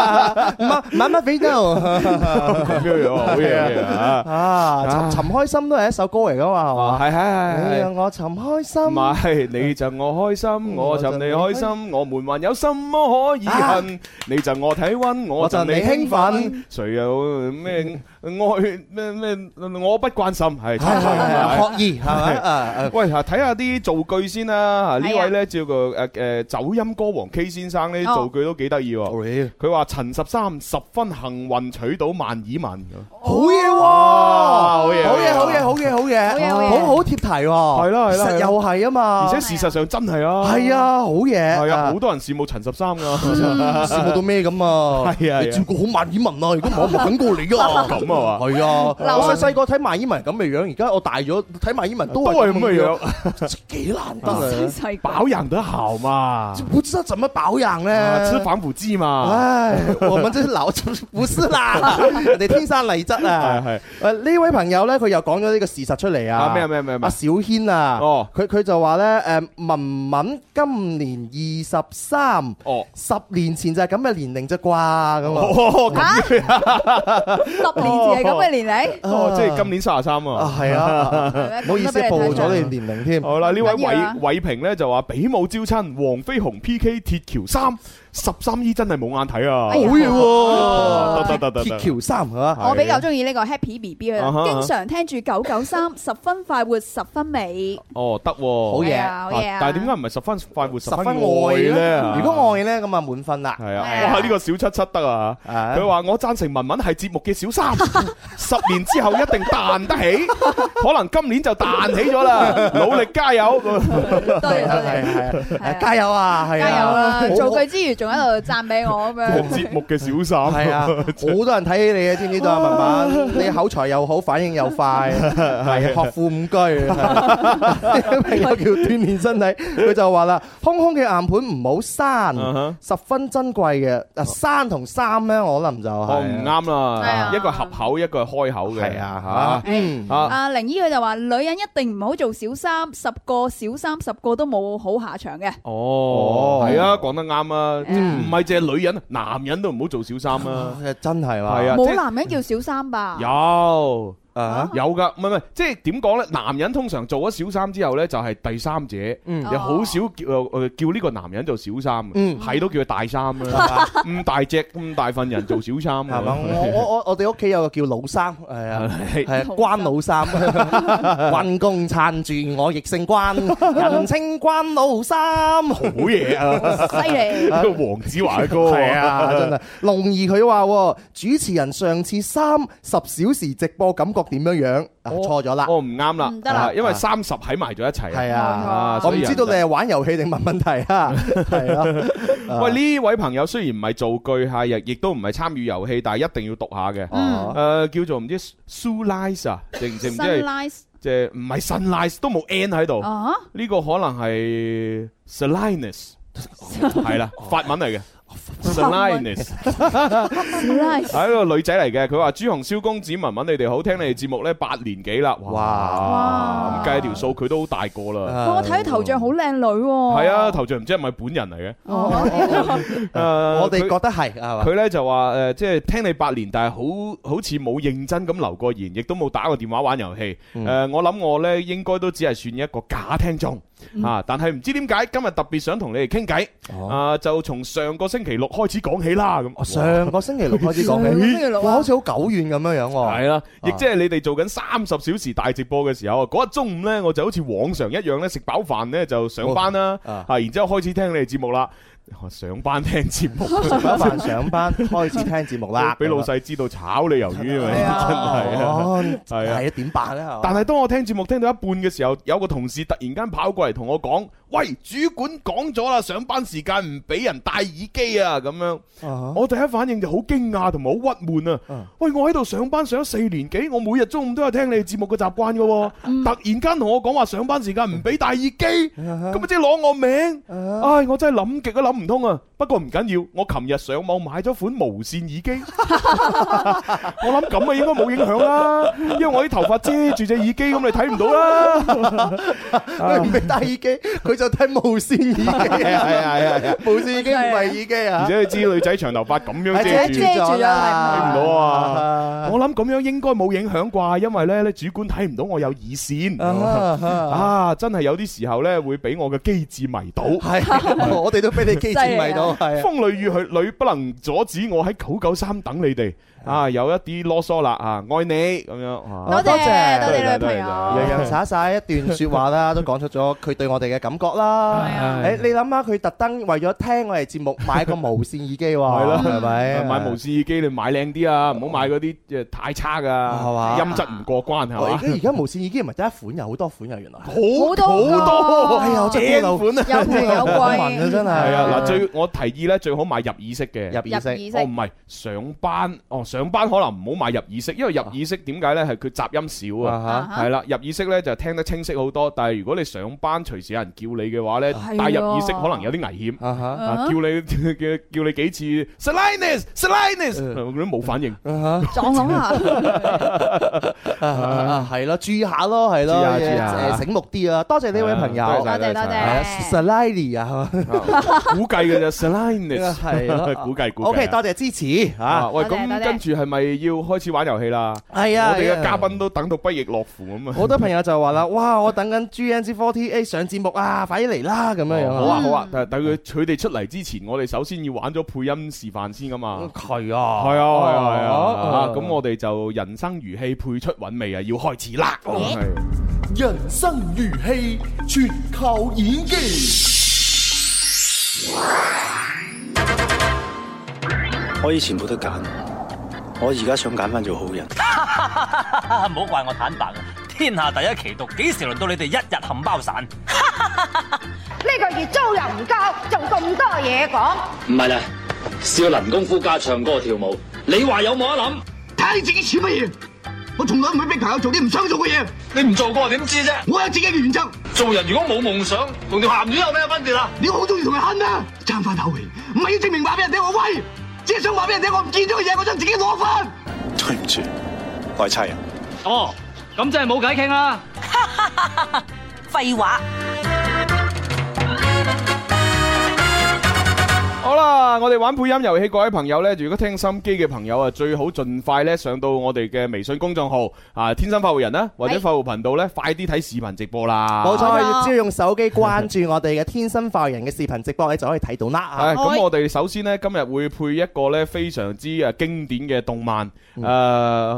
S4: 媽媽媽飛刀
S3: 咁樣樣啊，好嘢好嘢
S4: À,
S3: 啊！
S4: 啊！尋尋開心都係一首歌嚟噶嘛，係嘛？
S3: 係係係
S4: 你
S3: 係
S4: 讓。我尋開心，
S3: 唔係，你贈我開心，我贈你開心，我們還有什麼可以恨？你贈我體温，我贈你興奮，誰有咩愛咩咩？我不關心，係
S4: 係係係
S3: 錯
S4: 學兒係咪啊啊？
S3: 喂，啊睇下啲造句先啦。啊呢
S5: 係啊
S3: 位咧叫個誒誒走音歌王 K 先生呢，
S5: 哦
S3: 造句都幾得意喎。à. 佢話陳十三十分幸運娶到萬綺雯，
S4: 好嘢喎！
S3: 哇
S4: 好
S3: 好嘢
S4: 嘢，好嘢，好嘢，好嘢，
S5: 好嘢好嘢
S4: 好好貼題喎！係
S3: 係啦係啦係啦
S4: 實又係啊嘛，
S3: 而且事實上真係啊，
S4: 係，啊，好嘢，
S3: 係啊，好多人羨慕陳十三㗎。
S4: 羨慕到咩咁啊？
S3: 係啊
S4: 你照顧好萬綺雯啊！如果唔係，我唔肯過你啊！
S3: 咁啊嘛
S4: 係啊，
S5: 流
S4: 我細細個睇萬綺雯咁嘅樣，而家我大咗睇萬綺雯 都
S3: 都係咁嘅樣，。
S4: 幾難
S3: Ờ.
S4: 得啊！
S5: 細個
S3: 保養得好 嘛，
S4: 不知道怎麼保養
S3: 啊
S4: 咧
S3: 吃。防腐劑嘛，
S4: 唉， 我們真係老不是啦，人哋天生麗質啊！
S3: 係係
S4: 誒呢位朋友咧，佢又講咗呢個事實出嚟啊！
S3: 啊咩啊咩啊咩啊咩
S4: 阿
S3: 啊
S4: 小軒啊，
S3: 哦
S4: 佢佢就話咧誒文文今年二十三，
S3: 哦
S4: 十年前就係咁嘅年齡啫啩咁 啊！
S3: 哦咁
S5: 嚇， 十年前係咁嘅年齡，
S3: 哦，即係今年三十三
S4: 啊
S3: 啊。
S4: 係啊，
S5: 唔
S4: 唔好意思暴露咗你年齡添。
S3: 好啦，呢位
S5: 唔緊要啊
S3: 偉偉平咧就話比武招親，黃飛鴻 P K 鐵橋三十三姨真係冇眼睇啊！
S5: 哎呀
S4: 好嘢
S3: 得
S4: 喎！
S3: 得得得
S4: 鐵
S3: 得，
S4: 橋三係嘛？
S5: 我比較中意呢個 Happy B B
S3: 啊
S5: 啊，
S3: 哈
S5: 經常聽住九九三，十分快活，十分美，
S3: 哦得喎，
S4: 好嘢
S5: 係啊好嘢
S3: 啊
S5: 啊！
S3: 但係點解唔係十分快活十
S4: 十
S3: 分
S4: 分
S3: 愛
S4: 愛
S3: 咧？
S4: 咧。如果愛咧，咁啊滿分啦。
S3: 係
S5: 係
S3: 啊，
S5: 啊
S3: 哇！呢個小七七得啊，
S4: 啊
S3: 佢話我贊成文文係節目嘅 小三，十年之後一定彈得起，可能今年就彈起 咗啦，努力加油！
S5: 多謝多
S4: 係。
S5: 謝
S4: 係
S5: 係啊
S4: 係，加油啊！係啊
S5: 加油啦！
S4: 好
S5: 做句之餘，仲喺度讚俾我咁樣。
S3: 節目嘅小三
S4: 係啊，好多人睇起你嘅，知唔知道啊？文文，你口才又好，反應又 快，係啊學富五居。朋友叫鍛鍊 身體，佢就話啦：空空嘅硬盤唔
S3: 嗯
S4: 好刪
S3: 哼，
S4: 十分珍貴嘅。嗱，刪同三咧，我諗就係
S3: 哦，唔啱
S5: 係
S3: 啦，
S5: 啊
S3: 一個合口，一個開口嘅，
S4: 係啊嚇。嗯
S3: 嚇啊，
S5: 阿玲姨佢就話：女人一定唔好做小三，十個小三十個都冇好下場嘅。
S3: 哦，
S4: 哦
S3: 係啊，講得啱啊，
S5: 嗯
S3: 唔係淨係女人，男人都唔好做小三啊，
S4: 啊 真係話
S3: 係啊即
S5: 冇
S3: 係
S5: 男人叫小三吧？
S3: 有。
S4: 啊，
S3: 有噶，唔係唔係，即係點講咧？男人通常做咗小三之後咧，就係第三者，
S4: 嗯
S5: 哦
S3: 又好少叫誒叫呢個男人做小三嘅，
S4: 嗯
S3: 係都叫佢大三 啦，咁大隻咁大份人做小三㗎
S4: 係嘛？我我我我哋屋企有個叫老三，係啊。
S3: 係
S4: 係啊關 老三， 運共撐住我，亦姓 關， 人稱關老三。
S3: 好嘢啊！
S5: 犀利！
S3: 呢個黃子華嘅歌
S4: 係啊，真係。龍兒佢話喎主持人上次三十小時直播感覺點樣樣？啊，錯咗啦，
S3: 哦唔啱啦，
S5: 唔得啦
S3: 啊因為三十喺埋咗一齊。
S4: 係
S3: 啊
S4: 啊，我
S3: 所
S4: 唔
S3: 以人
S4: 知道你係玩遊戲定問問 題啊，係啊，
S3: 喂，呢位朋友雖然唔係造句嚇，亦亦都唔係參與遊戲，但係一定要讀下嘅。
S5: 嗯
S3: 誒叫做唔知 sunrise 啊，定定唔知係
S5: Sunrise
S3: 即係唔係 sunrise 都冇 n 喺度。
S5: 啊，
S3: 呢個可能係 Salinas，係啦，法文嚟嘅。Salinas
S5: ，Sunrise
S3: 係一個女仔嚟嘅，佢話朱紅、蕭公子、文文，你哋好聽你哋節目咧八年幾啦，哇！
S5: 哇啊
S3: 咁計條數佢都好大個啦，
S5: 哇我睇佢頭像好靚女喎。
S3: 係啊，頭像唔知係咪本人嚟嘅？
S5: 哦，
S3: 誒，
S4: 我哋
S3: 佢
S4: 覺得係係嘛，
S3: 佢咧就話誒，即係聽你八年，但係好好似冇認真咁留過言，亦都冇打過電話玩遊戲。
S4: 嗯
S3: 誒，我諗我咧應該都只係算一個假聽眾啊，但係唔知點解今日特別想同你哋傾
S4: 哦
S3: 偈啊，就從上個星期六開始講起啦咁。
S4: 我上個星期六開始講
S5: 上個星期
S4: 起，
S5: 六啊
S4: 哇，好似好久遠咁啊樣樣喎，
S3: 係啦，亦即係你哋做緊三十小時大直播嘅時候，嗰日中午呢，我就好似往常一樣呢，食飽飯呢就上班啦，
S4: 哦啊
S3: 啊，然之後開始聽你哋節目啦。啊上班聽節目，
S4: 食咗飯 上班開始聽節目啦，
S3: 俾老細知道炒你魷魚啊！
S5: 係啊
S3: 真係啊！
S4: 哦，
S3: 係啊
S4: 係啊，點辦咧？係嘛
S3: 但係當我聽節目聽到一半嘅時候，有個同事突然間跑過嚟同我講：喂，主管講咗啦，上班時間唔俾人戴耳機啊，咁樣。 我第一反應就好驚訝同埋好鬱悶啊！喂，我喺度上班上咗四年幾，我每日中午都有聽你哋節目嘅習慣嘅喎，突然間同我講話上班時間唔俾戴耳機，咁咪即係攞我命！
S7: 啊
S3: 唉，我真係諗極都諗唔通啊！不過唔緊要，我琴日上網買咗款無線耳機，我諗咁啊應該冇影響啦，因為我啲頭髮遮住隻耳機，咁你睇唔到 啦。
S4: 佢唔俾戴耳機，佢就睇無線耳機
S3: 係啊係啊係啊係 啊
S4: 啊！無線耳機唔係耳機
S3: 而
S4: 啊！
S3: 且你知女仔長頭髮咁樣
S5: 遮
S3: 遮
S5: 住
S3: 住
S5: 咗。啦
S3: 睇唔到啊！我諗咁樣應該冇影響啩，因為咧，你主管睇唔到我有耳線 ờ. 啊！真係有啲時候咧，會俾我嘅機智迷倒。
S4: 係，我哋都俾你機智迷到，係啊！
S3: 風裏雨去，女不能阻止我喺九九三等你哋啊！有一啲囉嗦啦啊，愛你咁樣啊！
S5: 多謝
S4: 多謝
S5: 多謝女朋
S3: 多
S5: 友
S3: 謝。
S4: 洋洋灑灑一段説話啦，都講出咗佢對我哋嘅感覺啦。誒，你諗下佢特登為咗聽我哋節目買個無線耳機喎，
S3: 係啦
S4: 係咪？
S3: 買無線耳機你買靚啲啊，唔好買嗰啲誒太差噶，
S4: 係嘛
S3: 音質唔過關係
S4: 哦。而
S3: 嘛
S4: 家？而家無線耳機唔係得一款，有好多款啊！原來
S5: 好多
S3: 好多，
S5: 㗎
S4: 哎呀，我真係
S3: 正
S4: 老
S3: 款啊！
S5: 有
S4: Ờ,
S5: 平有
S4: 文啊
S5: 貴，
S4: 真係
S3: 係啊，嗱，最我提議咧，最好買入耳式嘅。
S4: 入耳
S5: 入
S4: 式。
S5: 意識
S3: 哦，唔係上班，哦上班可能唔好買入耳式，因為入耳式點解呢？係佢雜音少啊。
S4: 啊
S5: 啊哈
S3: 係啦，入耳式呢就聽得清晰好多，但係如果你上班隨時有人叫你嘅話呢，
S5: 係
S3: 戴入
S5: 喎
S3: 耳式可能有啲危險。
S4: 啊哈啊哈
S3: 啊！叫你 叫叫你幾次 s l i n e s s l i n e s 佢都冇反應。
S4: 嗯啊
S5: 撞諗下，
S4: 哈啊！係咯，注意下咯，係咯，
S3: 注意下注意下
S4: 誒醒目啲啊！多謝呢位朋友，
S3: 多
S5: 多
S3: 謝
S5: 謝多
S4: 係啊
S5: 謝。
S4: ，Sally 啊，
S7: Ờ.
S3: 估計嘅啫 s l i n e s
S4: 係咯
S3: 估計估計。
S4: O K，多謝支持
S3: 啊！
S4: 嚇，
S3: 喂，
S5: 多謝多
S3: 咁
S5: 謝
S3: 跟住係咪要開始玩遊戲啦？
S4: 係
S3: 我
S4: 啊，
S3: 哋嘅
S4: 係啊
S3: 嘉賓都等到不亦樂乎咁啊！
S4: 好 多朋友就話啦，哇！我等緊 G N Z Forty A 上節目啊，快啲嚟啦咁樣樣
S3: 好
S4: 啊！
S3: 啊好啊，但但佢佢哋出嚟之前，我哋首先要玩咗配音示範先噶嘛。
S4: 係啊
S3: 係啊係啊係啊
S4: 啊
S3: 啊！咁我哋就人生如戲，配出韻味啊，要開始啦。
S4: 人生如戲，全靠演技。
S10: 我以前冇得揀，我而家想揀翻做好人。
S1: 啊， 唔好怪我坦白啊！天下第一奇毒，幾時輪到你哋一日冚包散？
S11: 呢個月租又唔交，仲咁多嘢講。
S10: 唔係啦，少林功夫加唱歌跳舞，你話有冇得諗？
S11: 睇你自己似乜嘢？我從來唔會逼朋友做啲唔想做嘅嘢，
S10: 你唔做過點知啫？
S11: 我有自己嘅原則。
S10: 做人如果冇夢想，同條鹹魚有咩分別啊？
S11: 你好中意同人恨啊，爭翻口氣，唔係要證明話俾人聽我威，只係想話俾人聽我唔見咗嘅嘢，我想自己攞翻。
S9: 對唔住，我係差人。
S10: 哦，咁真係冇偈啊傾啦。
S11: 廢話。
S3: 好啦，我哋玩配音遊戲，各位朋友呢，如果聽心機嘅朋友啊，最好盡快呢上到我哋嘅微信公眾號啊，天生發號人啦，或者
S5: 係
S3: 發號頻道呢，快啲睇視頻直播啦。啊
S4: 冇
S5: 冇
S4: 錯，
S5: 錯
S4: 只要啊用手機關注我哋嘅天生快活人嘅視頻直播，你就可以睇到啦啊
S3: 係咁，我哋首先呢，今日會配一個呢非常之誒經典嘅動漫，誒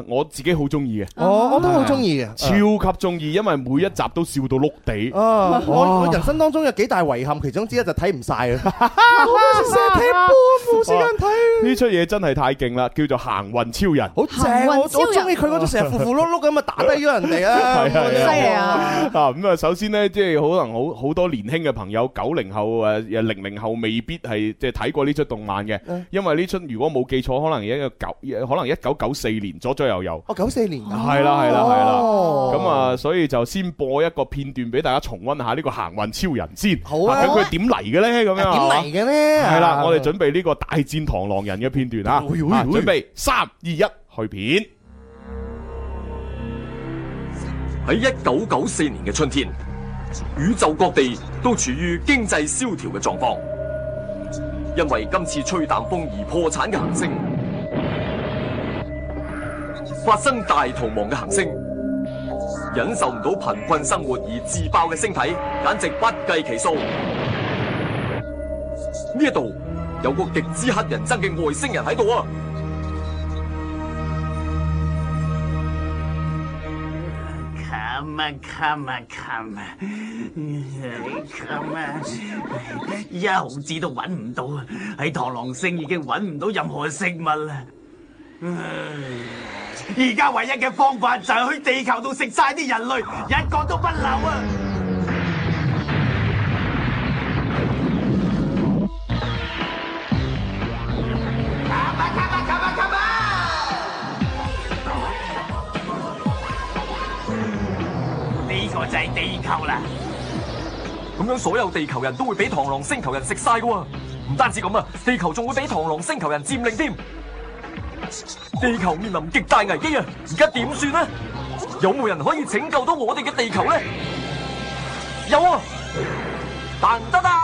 S3: 我自己好中意嘅。
S4: 嗯哦
S3: 啊
S4: 我我都好中意嘅。
S3: 超級中意，因為每一集都笑到碌地。
S4: 啊！我我人生當中有幾大遺憾，其中之一就睇唔晒啊！ 我嗰時成日睇波，冇時間睇。
S3: 呢出嘢真係太勁啦，叫做行運超人。
S4: 好正，啊我我
S5: 行運超人
S4: 中意佢嗰種成日符符碌碌咁啊，打低咗人哋 啊！
S3: 係啊係
S5: 啊犀利啊
S3: 啊咁啊，首先呢，即係可能好好多年輕嘅朋友，九零後誒零零後未必係即係睇過呢出動漫嘅，
S4: 嗯
S3: 因為呢出如果冇記錯，可能一個九，可能一九九四年左左右右。
S4: 我哦九四年㗎啊
S3: 哦係啦係啦係啦。
S4: 哦
S3: 咁啊，所以就先播一個片段俾大家重温下呢個行運超人先。
S4: 好啊
S3: 咁佢點嚟嘅呢？咁樣啊
S4: 點嚟嘅啊咧？
S3: 係啦，我哋準備呢個大戰螳螂人嘅片段啊！
S4: 哎呦
S3: 啊
S4: 哎呦
S3: 準備三二一，去片。
S10: 喺一九九四年嘅春天，宇宙各地都處於經濟蕭條嘅狀況，因為今次吹淡風而破產嘅行星，發生大逃亡嘅行星，忍受唔到貧困生活而自爆嘅星體，簡直不計其數。呢一度有個極之乞人憎嘅外星人喺度啊！
S11: Come come come，你 come 啊！一毫子都揾唔到啊！喺螳螂星已經揾唔到任何食物啦。唉而家唯一嘅方法就係去地球度食晒啲人類，一個都不留啊！呢個就係地球啦。
S10: 咁樣所有地球人都會俾螳螂星球人食晒噶喎。唔單止咁啊，地球仲會俾螳螂星球人佔領添。地球面臨極大危機啊！而家點算呢？有冇人可以拯救到我哋嘅地球呢？有啊！但得啦！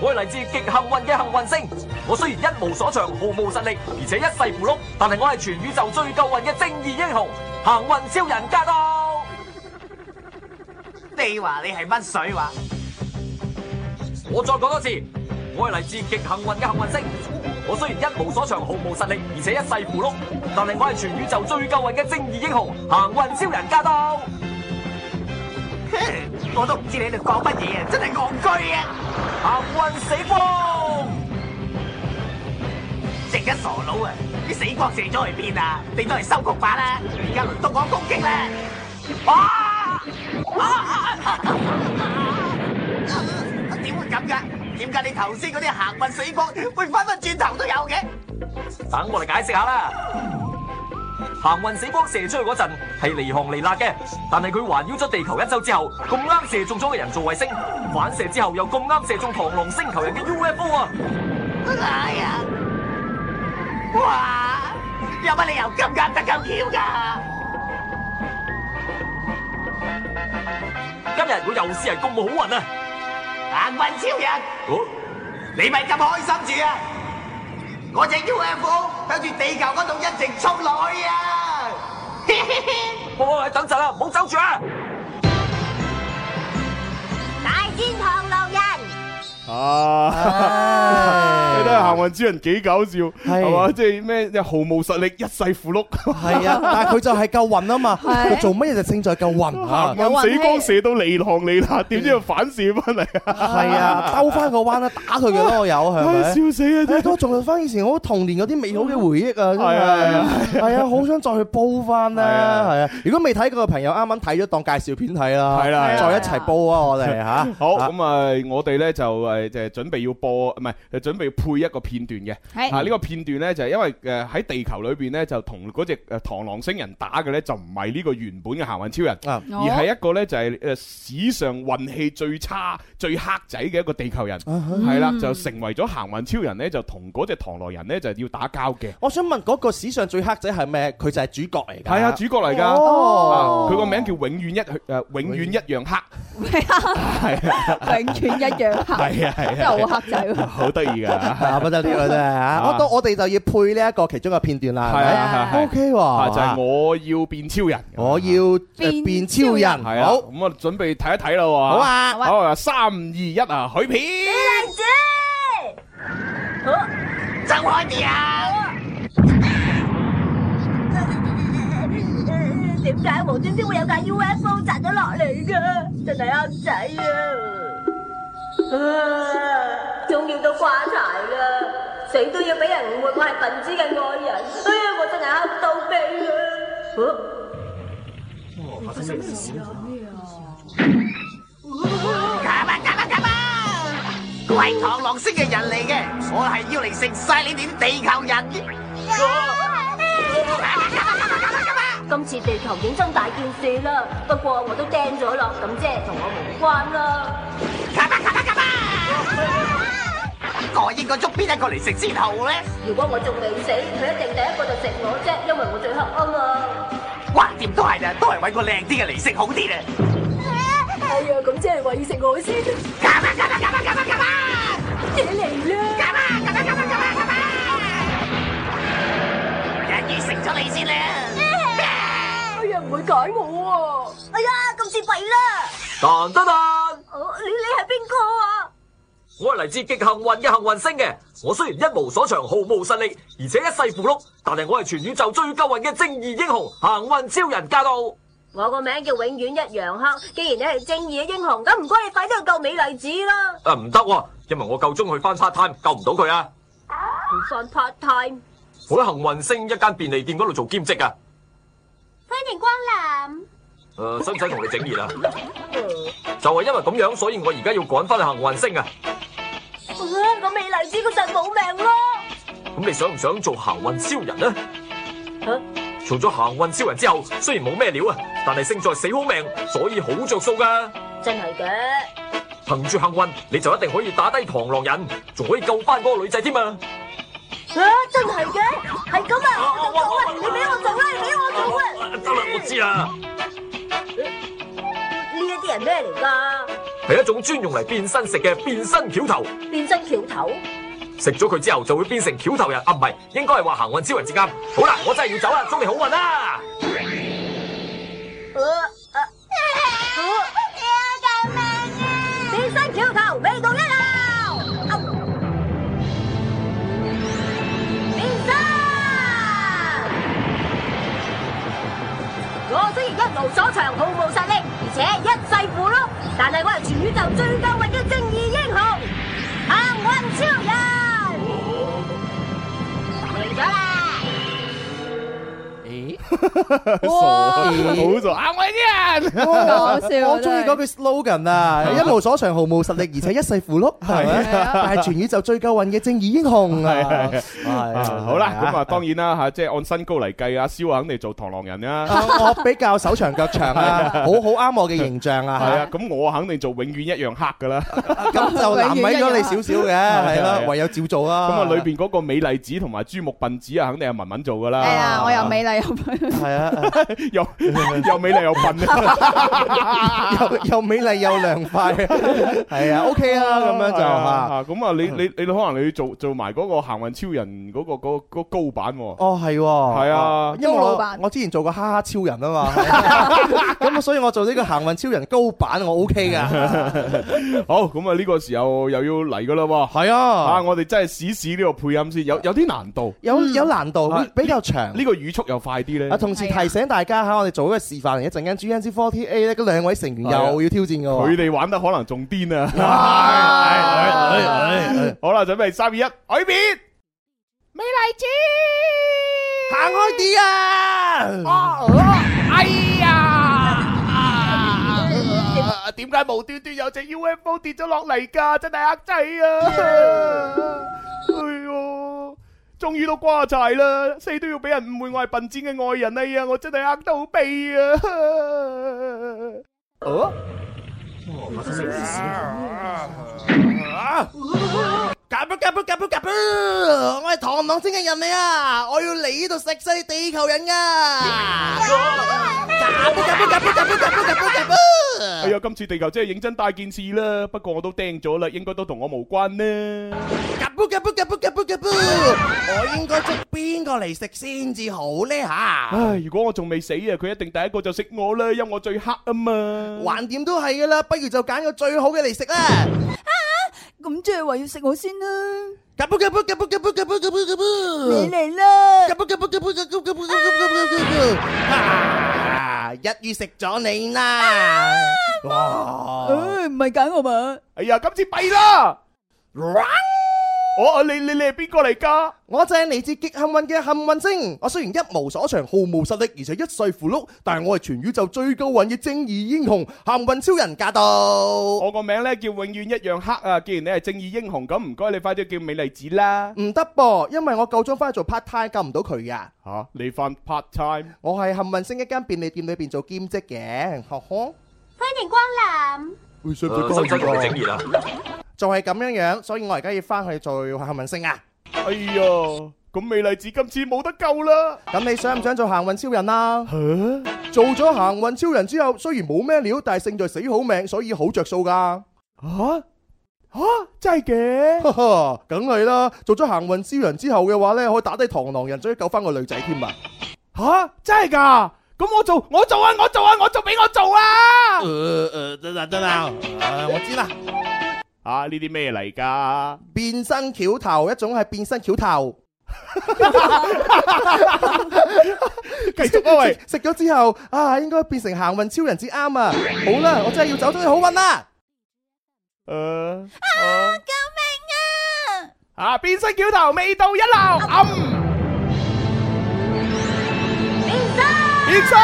S10: 我係嚟自極幸運嘅幸運星。我雖然一無所長，毫無實力，而且一世糊碌，但係我係全宇宙最夠運嘅正義英雄，行運超人駕到！
S11: 你話你係乜水話？
S10: 我再講多次，我係嚟自極幸運嘅幸運星。我雖然一無所長，毫無實力，而且一世糊碌，但係我係全宇宙最夠運嘅正義英雄，行運超人駕到！
S11: 我都唔知你喺度講乜嘢啊！真係戇居啊！
S10: 行運死光，
S11: 食緊傻佬啊！啲死光射咗去邊啊？你都係收局吧啦！而家輪到我攻擊啦！啊啊啊！點會咁噶？點解你頭先嗰啲行運死光會翻翻轉頭都有嘅？
S10: 等我嚟解釋下啦。行運死光射出去嗰陣係離行離辣嘅，但係佢環繞咗地球一周之後，咁啱射中咗個人造衛星，反射之後又咁啱射中螳螂星球人嘅 UFO 啊！
S11: 哎呀！哇！有乜理由咁啱得咁巧㗎？
S10: 今日我又試人咁冇好
S11: à.
S10: 運啊！
S11: 行運超人，
S10: 哦，
S11: 你咪咁開心住啊！我隻 UFO 向住地球嗰度一直衝落去啊！
S10: 喂喂喂，等陣啦，唔好走住啊！
S12: 大戰螳螂人。
S4: 哎
S3: 啊！你睇下行運之人幾搞笑，係嘛？即係咩？毫無實力，一世苦碌。
S4: 係啊，但係佢就係夠運啊嘛，
S3: 係
S4: 佢做乜嘢就勝在夠運啊
S3: 行！運死光射到離行離辣，點知又反射翻嚟？
S4: 係啊，兜翻個彎啦，打佢嘅咯，我有係咪？
S3: 啊唉笑死啊！
S4: 真係，我仲有翻以前我童年嗰啲美好嘅回憶啊，真
S3: 係啊係啊
S4: 係，係啊，好想再去煲翻啦，係啊！如果未睇過嘅朋友，啱啱睇咗當介紹片睇啦，
S3: 係啦係啦
S4: 再一齊煲 啊，我哋嚇。
S3: 好咁啊！我哋咧就誒就係準備要播，呃唔係就準備配一個片段嘅。
S4: 係
S3: 啊，呢個片段咧就係因為誒喺地球裏邊咧就同嗰隻誒螳螂星人打嘅咧就唔係呢個原本嘅行運超人，
S4: 啊
S3: 而係一個咧就係誒史上運氣最差、最黑仔嘅一個地球人，
S4: 啊
S3: 係啦，就成為咗行運超人咧就同嗰隻螳螂人咧就要打交嘅。
S4: 我哦想問嗰個史上最黑仔係咩？佢就係主角嚟㗎。
S3: 係啊，主角嚟㗎，
S4: 哦
S3: 啊佢個名叫永遠一誒永遠一樣黑。
S5: 永遠一樣 黑，
S3: 係啊係啊
S5: 真係好黑仔喎。
S3: 好得意
S4: 啊
S3: 噶，
S4: 不得了啦真係嚇！哦我到我哋就要配呢一個其中嘅片段啦，係
S3: 係啊係
S4: 咪
S3: 係
S4: ？OK
S3: 啊
S4: 喎，
S3: 就係我要變超人，
S4: 我要呃變超人，
S3: 係啊，
S4: 好。
S3: 咁啊準備睇一睇啦喎，
S4: 好啊好啊
S3: 好啊，三二一啊，許片，
S4: 哦
S11: 走開啲啊！
S12: 點解無端端會有架 UFO 砸咗落嚟噶？真係黑仔啊！啊，仲要到掛柴啦，死都要俾人誤會我係笨子嘅愛人。哎呀，我真係黑到痹啊！
S11: 發生咩事啊？我係螳螂星嘅人嚟嘅，我係要嚟食晒你哋啲地球人嘅。
S12: 今次地球認真大件事啦，不過我都釘咗啦，咁即係同我無關啦。
S11: 我應該捉邊一個嚟食先好咧？
S12: 如果我仲未死，佢一定第一個就食我啫，因為我最黑啊嘛。
S11: 橫掂都係啦，都係揾個靚啲嘅嚟食好啲啦。
S12: 哎呀，咁即係話要食我先。夾啊夾啊夾啊夾啊夾啊！你嚟啦！夾啊夾啊夾啊夾啊夾啊！
S11: 一於食咗你先啦。
S12: 哎呀，唔會解我喎！哎呀，咁至弊啦！
S10: 但得但，
S12: 哦，你你係邊個啊？
S10: 我係嚟自極幸運嘅幸運星嘅。我雖然一無所長，毫無實力，而且一世糊碌，但係我係全宇宙最夠運嘅正義英雄，行運超人駕到！
S12: 我個名叫永遠一陽黑，既然你係正義嘅英雄，咁唔該你快啲去救美麗子啦！
S10: 啊，唔得喎，因為我夠鐘去翻 part time，救唔到佢啊！
S12: 唔翻 part time，
S10: 我喺幸運星一間便利店嗰度做兼職啊。
S12: 歡迎光臨。
S10: 誒、使唔使同你整熱啊？就係因為咁樣，所以我而家要趕翻去幸運星啊！
S12: 啊，咁美麗子嗰陣冇命咯！
S10: 咁你想唔想做行運超人呢？
S12: 嚇
S10: 做咗行運超人之後，雖然冇咩料啊，但係勝在死好命，所以好着數㗎。
S12: 真係嘅，
S10: 憑住幸運，你就一定可以打低螳螂人，仲可以救翻嗰個女仔添啊！
S12: 啊真係嘅，係咁啊！我就做啊，你俾我做啦，你俾我做啊！
S10: 得啦，我知啦，
S12: 呢一啲人咩嚟㗎？
S10: 係一種專用嚟變身食嘅變身橋頭，
S12: 變身橋頭，
S10: 食咗佢之後就會變成橋頭人啊！唔係，應該係話行運超人至啱。好啦，我真係要走啦，祝你好運啦！
S12: 啊啊啊！救命啊！變身橋頭，味道一流。啊變身！我雖然一無所長，毫無實力，而且一世符碌，但係我係全宇宙最夠運嘅正義英雄，行運超人。嚟咗啦！
S3: 好傻啊！我啲人，
S4: 哇我中意嗰句 slogan 啊，一無所長，毫無實力，而且一世符碌，係咪？
S3: 係啊
S4: 但係全宇宙最夠運嘅正義英雄啊！
S3: 係係啊好啦，咁啊，當然啦吓，即係按身高嚟計啊，蕭啊肯定做螳螂人啦。
S4: 我我比較手長腳長啊，好好啱我嘅形象啊！
S3: 係啊，咁我肯定做永遠一樣黑噶啦。
S4: 咁就難為咗你少少嘅，係
S3: 係啊
S4: 咯，唯有照做
S3: 咁
S4: 啦。
S3: 啊，裏邊嗰個美麗子同埋朱木笨子啊，肯定係文文做噶啦。
S5: 係啊，我又美麗又
S4: 係啊，
S3: 又又美麗又笨 啊！
S4: 又又美麗又涼 快，係啊，OK 啊，咁樣就嚇。
S3: 啊，咁啊，你你你可能你要做做埋嗰個行運超人嗰個嗰個嗰個高版喎。
S4: 哦，係喎，
S3: 係啊
S4: 因為
S3: 高老
S4: 我
S3: 闆
S4: 我之前做過哈哈超人啊嘛，咁啊所以我做呢個行運超人高版我 OK 噶。
S3: 好，咁啊呢個時候又要嚟噶啦喎。
S4: 係啊，
S3: 啊我哋真係試試呢個配音先，有有啲難度，啊
S4: 有有難度，會比較長。
S3: 呢個語速又快啲咧。
S4: 啊，同時提醒大家嚇，我哋做一個示範，一陣間 G N Z Forty A 咧，嗰兩位成員又要挑戰嘅 喎。
S3: 佢哋玩得可能仲癲
S4: 哎
S3: 啊！好啦，準備三二一，改變。
S1: 美麗子，
S4: 行開啲啊！
S1: 哎呀！
S3: 點解無端端有隻 UFO 跌咗落嚟㗎？真係黑仔啊！哎呦，終於都瓜柴啦，死都要俾人誤會我係笨賤嘅愛人哎呀！我真係黑到好悲啊！
S7: Ờ.
S4: 哦，夾啵夾啵夾啵夾啵！我係螳螂精嘅人嚟啊！我要嚟呢度食晒你地球人啊噶！夾啵夾啵夾啵夾啵夾啵夾啵夾啵！
S3: 哎呀，今次地球真係認真大件事啦，不過我都釘咗啦，應該都同我無關呢。
S4: 夾啵夾啵夾啵夾啵夾啵！我應該捉邊個嚟食先至好呢吓？
S3: 唉，如果我仲未死啊，佢一定第一個就食我啦，因為我最黑啊嘛。
S4: 橫掂都係噶啦，不如就揀個最好嘅嚟食啦！
S5: 咁即係話要食我先啦，
S4: 夾啵夾啵夾啵夾啵夾啵夾啵夾
S5: 你
S4: 啵！
S5: 嚟啦！
S4: 夾啵夾啵夾啵夾啵夾啵夾啵！啊！一於食咗你啦！哇！
S5: 唉唔係揀我嘛？
S3: 哎呀，今次弊啦！我哦你你你係邊個嚟㗎？
S4: 我就係嚟自極幸運嘅幸運星。我雖然一無所長，毫無實力，而且一世符碌，但係我係全宇宙最高運嘅正義英雄，幸運超人駕到。
S3: 我個名咧叫永遠一樣黑啊！既然你係正義英雄，咁唔該你快啲叫美麗子啦。
S4: 唔得噃，因為我夠鐘翻去做 part time，救唔到佢噶。
S3: 吓、你翻 part time？
S4: 我係幸運星一間便利店裏邊做兼職嘅，呵呵。
S12: 歡迎光臨。
S4: 會
S10: 使唔使同佢整熱 啊？
S4: 就係咁樣樣，所以我而家要翻去做幸運星啊。
S3: 哎呀，咁美麗子今次冇得救啦！
S4: 咁你想唔想做行運超人啊？做咗行運超人之後，雖然冇咩料，但係勝在死好命，所以好着數噶。
S3: 吓吓、真係嘅？
S4: 哈哈，梗係啦！做咗行運超人之後嘅話呢，可以打低螳螂人，仲要救翻個女仔添啊！
S3: 吓、真係㗎？咁我做我做啊我做啊我做俾我做啊！
S4: 誒誒，得啦得啦，我知啦，
S3: 吓啊呢啲咩嚟㗎？
S4: 變身橋頭一種係變身橋頭，
S3: 繼續啊喂！
S4: 食咗之後啊，應該變成行運超人至啱啊！好啦，我真係要走，祝你好運啦！
S3: 誒
S7: Ờ.
S5: 救命啊！
S7: À,
S3: 啊變身橋頭味道一流，暗
S12: 變身！
S3: 變身。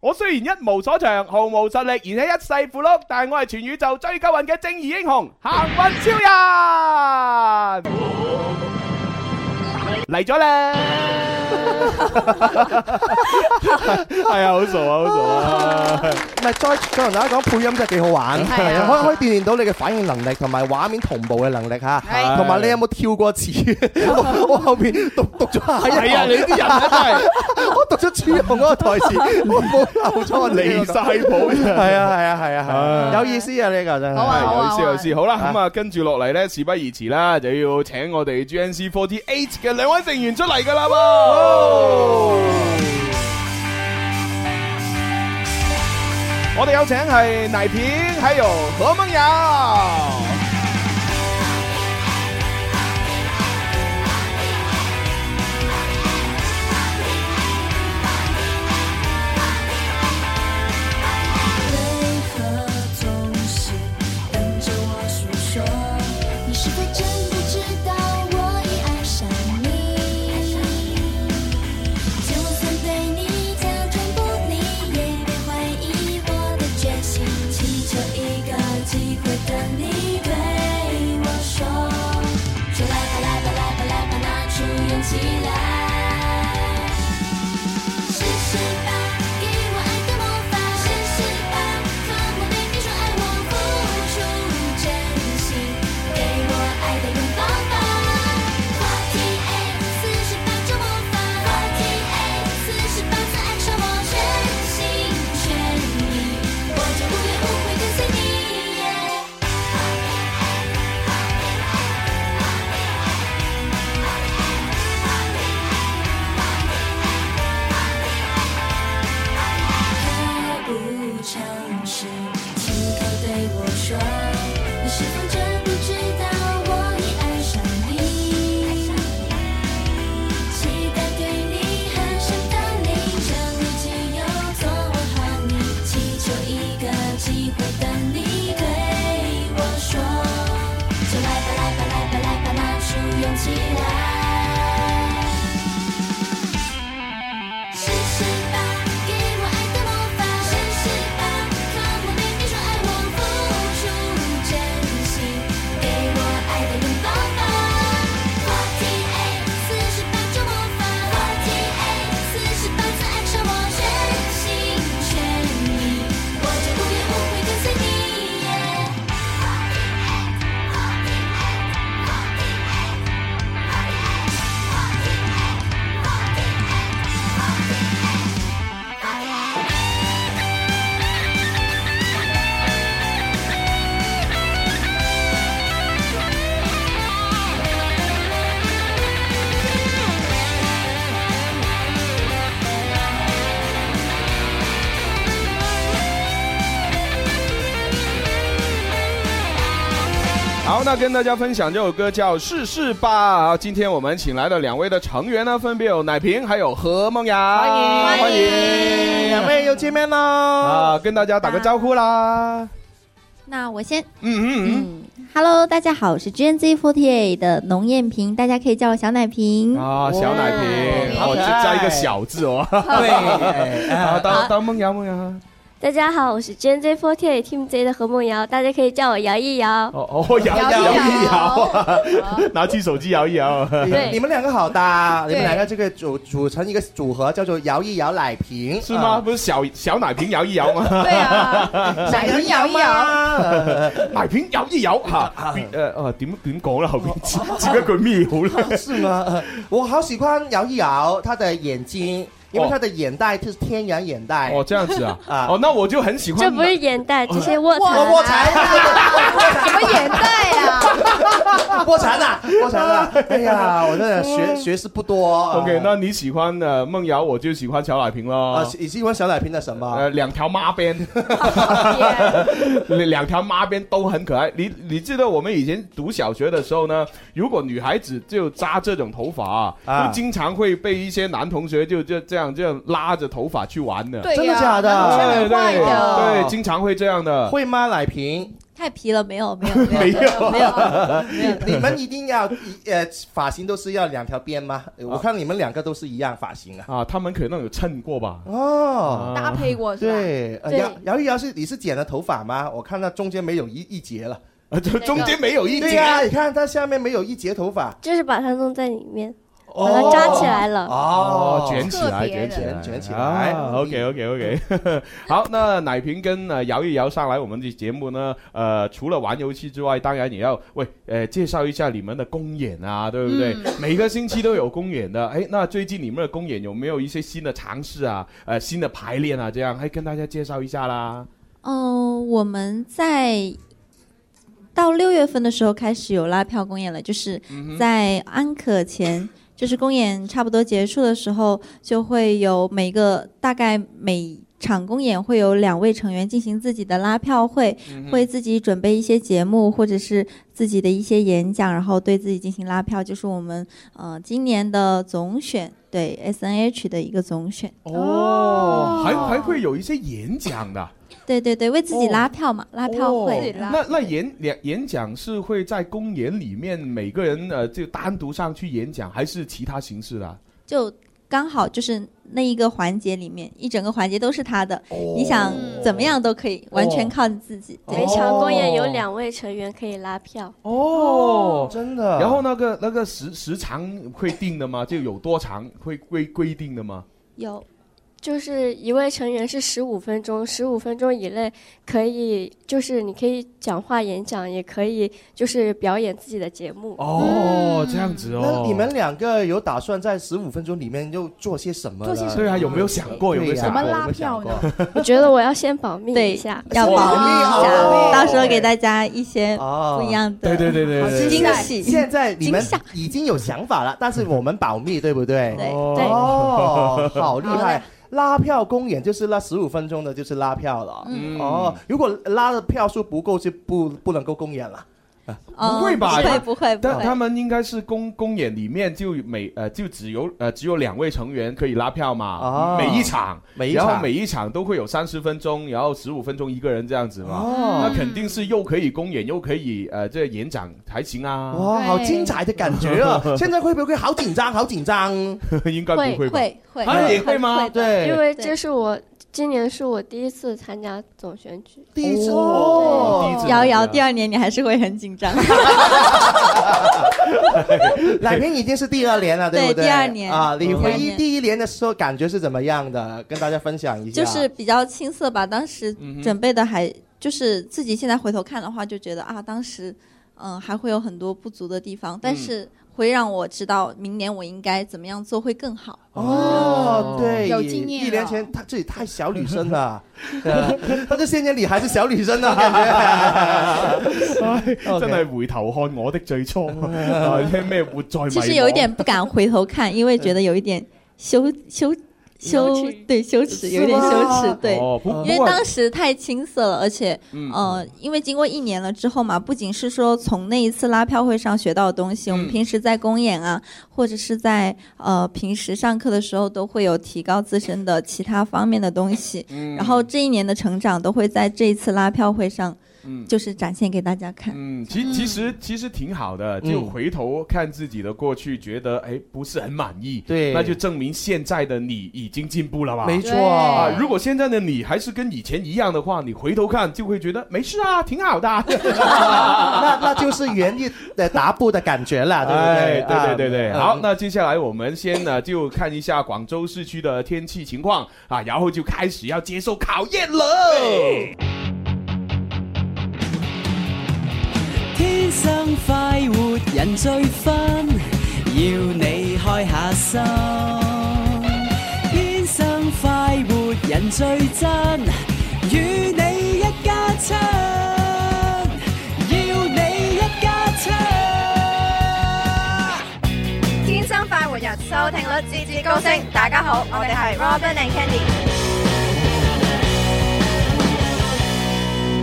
S3: 我雖雖然一無所長，毫無實力，而且一世苦碌，但我係全宇宙最夠運嘅正義英雄，行運超人嚟咗 咧！係啊，好傻啊，好傻啊！
S4: 唔係再再同大家講配音真係幾好玩，
S3: 係啊
S4: 係啊，可以可以鍛鍊到你嘅反應能力同埋畫面同步嘅能力嚇，
S3: 係
S4: 同埋你有冇跳過詞？ 我我後邊讀讀咗下一行
S3: 係啊你啲人啊真係，
S4: 我讀咗朱紅嗰個台
S3: 哎
S4: 詞，我冇啊漏咗我
S3: 離晒譜
S4: 係啊係啊係啊係啊，有意思啊呢個真係，
S3: 係哎有意思有意思，好啦，咁啊，跟住落嚟咧，事不宜遲啦，就要請我哋 GNC48 嘅兩位成員出嚟噶啦喎。我哋有請係奶片，還有何夢瑤。
S7: 为何总是等着我诉说？你是否真不知道我已爱上你？就算对你假装不理，也别怀疑我的决心。祈求一个机会等你对我说，说来吧来吧来吧来吧，拿出勇气来，试试吧，给我爱的魔法，试试吧，看我对你说爱我，付出真心，给我爱的拥抱吧。48四十八种魔法，48四十八次爱上我，全心全意，我将无怨无悔跟随你。何不尝试亲口对我说，你是否真不知道我已爱上你？期待对你鼾声到你，证明只有做我和你，祈求一个机会等你对我说，就来吧来吧来吧来吧，拿出勇气来。试试吧，给我爱的魔法。试试吧，看我对你说爱我，付出真心，给我爱的拥抱吧。48四十八种魔法，48四十八次爱上我，全心全意，我将无怨无悔跟随你。
S3: 好，那跟大家分享这首歌叫《试试吧》啊。今天我们请来的两位的成员呢，分别有奶瓶，还有何梦雅。欢迎欢迎
S4: 兩位又見面啦！
S3: 啊，跟大家打个招呼啦。
S13: 那我先，
S3: 嗯
S13: 嗯嗯，Hello，大家好，我是 GNZ48 的农艳萍，大家可以叫我小奶瓶。
S3: 啊，小奶瓶，
S13: 哇
S3: 我只加一个小字哦。对， 啊，当当梦瑶梦瑶。
S14: 大家好，我是 GNZ48 Team J 的何梦瑶，大家可以叫我摇一摇。
S3: 哦哦，摇摇一摇， 拿起手机摇一摇。
S4: 你你们两个好搭，你
S3: 对
S4: 们两个这个组组成一个组合，叫做摇一摇奶瓶，啊
S3: 是吗？不是小小奶瓶摇一摇吗？
S4: 对啊，
S5: 奶
S4: 瓶
S5: 搖一
S4: 搖，
S3: 奶瓶搖一搖嚇，誒啊點點講啦後邊接接一句咩好咧？
S4: 哦 是吗？我好喜欢摇一摇他的眼睛，因为他的眼袋是天然眼袋。
S3: 哦，这样子 啊，哦，那我就很喜
S14: 这
S3: 欢
S14: 不是眼袋，这是卧
S4: 卧
S14: 蚕。啊
S4: 哦卧蚕，
S14: 什么眼袋 啊？
S4: 卧蚕呐，卧蚕啊！ 哎呀，我真的学学识不多。
S3: OK，那你喜欢的梦瑶，我就喜欢小奶瓶
S4: 啊
S3: 了。，
S4: 你喜欢小奶瓶的什么？
S3: 呃，两条妈 边，两条妈边都很可爱。你你记得我们以前读小学的时候呢，如果女孩子就扎这种头发啊，
S4: 啊
S3: 就经常会被一些男同学就就这样这样拉着头发去玩的。
S4: 对呀真的假
S3: 对
S4: 的男同学很坏
S3: 对
S4: 的
S3: 对，经常会这样的。
S4: 会吗？奶瓶？
S13: 他太皮了，没有没有 没
S4: 啊
S13: 有 没有，
S4: 你你们一定要呃发型都是要两条边吗？呃我看你们两个都是一样发型啊。
S3: 啊，他们可能有衬过吧？啊
S4: 哦，
S5: 搭配过是吧
S4: 对，呃
S5: 对
S4: 姚姚一瑶是你是剪了头发吗？我看到中间没有一一截了，
S3: 啊就
S4: 中
S14: 间没有一
S4: 对
S14: 截
S4: 呀，你看它下面没有一截头发。
S14: 就是把它弄在里面，
S4: 把
S14: 它扎起来了。
S3: 哦，卷起
S14: 特
S3: 来，
S14: 别
S3: 卷
S14: 的
S3: 起来，
S4: 卷起来
S3: 啊！OK，OK，OK。好， 那奶瓶跟呃摇一摇上来我们的节目呢，呃，除了玩游戏之外，当然也要为呃介绍一下你们的公演啊，对不对？每个星期都有公演的，哎，那最近你们的公演有没有一些新的尝试啊？呃，新的排练啊，这样，哎，跟大家介绍一下啦。
S13: 嗯，我们在到六月份的时候开始有拉票公演了，就是
S14: 哼
S13: 在安可前， 就是公演差不多结束的时候，就会有每个大概每场公演会有两位成员进行自己的拉票会，
S14: 嗯哼
S13: 会自己准备一些节目或者是自己的一些演讲，然后对自己进行拉票，就是我们呃今年的总选对 S N H 的一个总选。
S3: 哦，还还会有一些演讲的。
S13: 对对对，为自己
S3: 哦
S13: 拉票嘛，拉票
S3: 哦
S13: 会。
S3: 那那演演演讲是会在公演里面每个人呃就单独上去演讲，还是其他形式的啊？
S13: 就刚好就是那一个环节里面，一整个环节都是他的，
S3: 哦
S13: 你想怎么样都可以，完全靠你自己。对
S14: 每场公演有两位成员可以拉票。
S3: 哦，
S4: 真的。
S3: 然后那个那个时时长会定的吗？就有多长会规规定的吗？
S14: 有，就是一位成员是十五分钟，十五分钟以内可以，就是你可以讲话演讲，也可以就是表演自己的节目。
S3: 哦，这样子
S4: 那你们两个有打算在十五分钟里面又做些什么呢？
S14: 做些什么
S3: 对啊有没有想过有没有想过
S4: 对呀有没有想过？
S14: 我觉得我要先保密一下，
S13: 要保密一下，
S4: 哦
S13: 到时候给大家一些不一样的。
S3: 对对对
S4: 好
S13: 惊
S4: 现在
S13: 喜
S4: 哦现在你们
S13: 惊吓
S4: 已经有想法了，但是我们保密，对不对？对
S13: 对
S4: 哦，好厉
S13: 好
S4: 害
S13: 嘞！
S4: 拉票公演就是那十五分钟的，就是拉票了。
S13: 嗯
S4: 哦，如果拉的票数不够，就不不能够公演了。
S13: 哦
S3: 不会吧？
S13: 不会
S3: 他
S13: 不会不
S3: 但
S13: 会
S3: 他们应该是公公演里面就每呃就只有呃只有两位成员可以拉票嘛，
S4: 哦
S3: 每一场，
S4: 每一
S3: 然后
S4: 场
S3: 每一场都会有三十分钟，然后十五分钟一个人这样子嘛，
S4: 哦
S3: 那肯定是又可以公演又可以呃这演讲还行啊。
S4: 哇，好精彩的感觉啊！现在会不会好紧张？好紧张？
S3: 应该不会吧会
S14: 会
S3: 啊也会吗？
S4: 对，
S14: 因为这是我今年是我第一次参加总选举，
S4: 第一次
S13: 哦
S4: 第一次
S13: 瑶瑶，第二年你还是会很 紧张。
S4: 奶瓶已经是第二年了，不对？
S13: 对第二年
S4: 啊，你回
S13: 第二
S4: 忆
S13: 年
S4: 第一年的时候感觉是怎么样的？跟大家分享一下。
S13: 就是比较青涩吧。当时
S4: 嗯哼
S13: 准备的还、就是自己现在回头看的话，就觉得啊，当时嗯还会有很多不足的地方，但
S4: 嗯
S13: 是会让我知道明年我应该怎么样做会更好。
S4: 哦，对，
S13: 有经验了
S4: 一年前她自己太小女生 了， 对啊她这些年你还是小女生呢，感 觉。
S3: 哎真係回頭看我的最 初，啊聽咩活在迷惘
S13: 就是有一点不敢回头看，因为觉得有一点 羞羞羞，对羞耻，有一点羞耻，对，
S3: 哦不
S13: 因为
S3: 不过
S13: 当时太青涩了，而且，
S3: 嗯
S13: 呃，因为经过一年了之后嘛，不仅是说从那一次拉票会上学到的东
S3: 嗯
S13: 西，我们平时在公演啊，或者是在呃平时上课的时候，都会有提高自身的其他方面的东西，
S3: 嗯
S13: 然后这一年的成长都会在这一次拉票会上，
S3: 嗯
S13: 就是展现给大家看。
S3: 嗯，其其实其实挺好的，就
S13: 嗯
S3: 回头看自己的过去，觉得哎不是很满意，
S4: 对
S3: 那就证明现在的你已经进步了嘛。
S4: 没错对啊
S3: 如果现在的你还是跟以前一样的话，你回头看就会觉得没事啊，挺好的 啊。
S4: 那那就是原地的达步的感觉了，对不
S3: 哎，
S4: 对？
S3: 对对对对，
S4: 啊
S3: 好，
S4: 嗯
S3: 那接下来我们先呢就看一下广州市区的天气情况啊，然后就开始要接受考验了。
S1: 天生快活人最 fun，要你开下心。天生快活人最真，與你一家親，要你一家親。
S15: 天生快活人，收聽率節節高升。大家好，我哋係 Robin and Candy。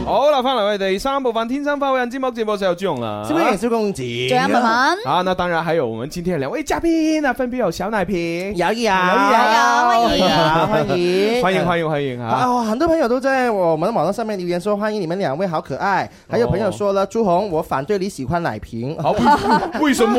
S3: 好啦，翻嚟我哋第三部分《天生快活人》节目直播室有朱容啦，
S4: 小明小公子
S5: 仲有文文
S3: 啊，那当然还有我们今天的两位嘉宾，那分别有小奶瓶，
S4: 有有
S3: 有
S4: 有啊 有欢
S3: 欢迎
S4: 迎
S3: 欢迎欢迎
S4: 啊、
S3: 啊！
S4: 很多朋友都在我们的网络上面留言说欢迎你们两位，好可爱。还有朋友说了，朱红，我反对你喜欢奶瓶。
S3: 好，哦为什么？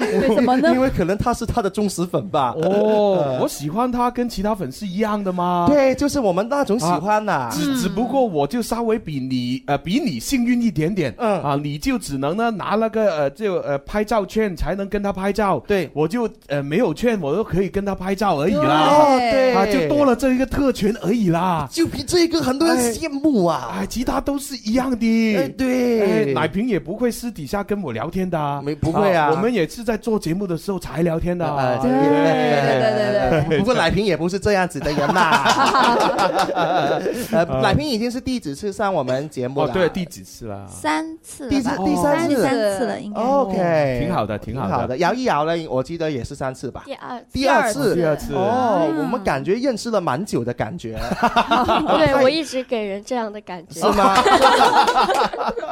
S4: 为什么呢？因为可能他是他的忠实粉吧。啊
S3: 哦，我喜欢他跟其他粉是一样的吗？
S4: 对，就是我们那种喜欢呐、
S3: 啊
S5: 嗯
S3: 只只不过我就稍微比你呃比你幸运一点点，嗯啊，你就只能呢拿那个呃就呃拍照券才能跟他拍照，
S4: 对
S3: 我就呃没有券我都可以跟他拍照而已啦，
S4: 哦对
S3: 啊就多了这一个特权而已啦，
S4: 就比这个很多人羡慕啊！
S3: 哎，其他都是一样的，
S4: 哎对
S3: 哎奶瓶也不会私底下跟我聊天的啊，没
S4: 不会啊
S3: 我们也是在做节目的时候才聊天的啊，哎
S4: 对对对对不过奶瓶也不是这样子的人呐。 呃，奶瓶已经是第几次上我们节目
S3: 哦
S4: 了？
S3: 对，第几次了？
S13: 三次了
S4: 第
S13: 吧
S4: 三第三
S13: 第
S4: 次哦
S13: 三次了，应该
S4: OK，
S3: 挺好的挺好的
S4: 摇一摇呢，我记得也是三次吧。
S14: 第二
S4: 第二次，
S3: 第二次
S4: 哦，我们感觉认识了蛮久的感 觉，
S3: 哦
S14: 对我一直给人这样的感觉，
S4: 是吗？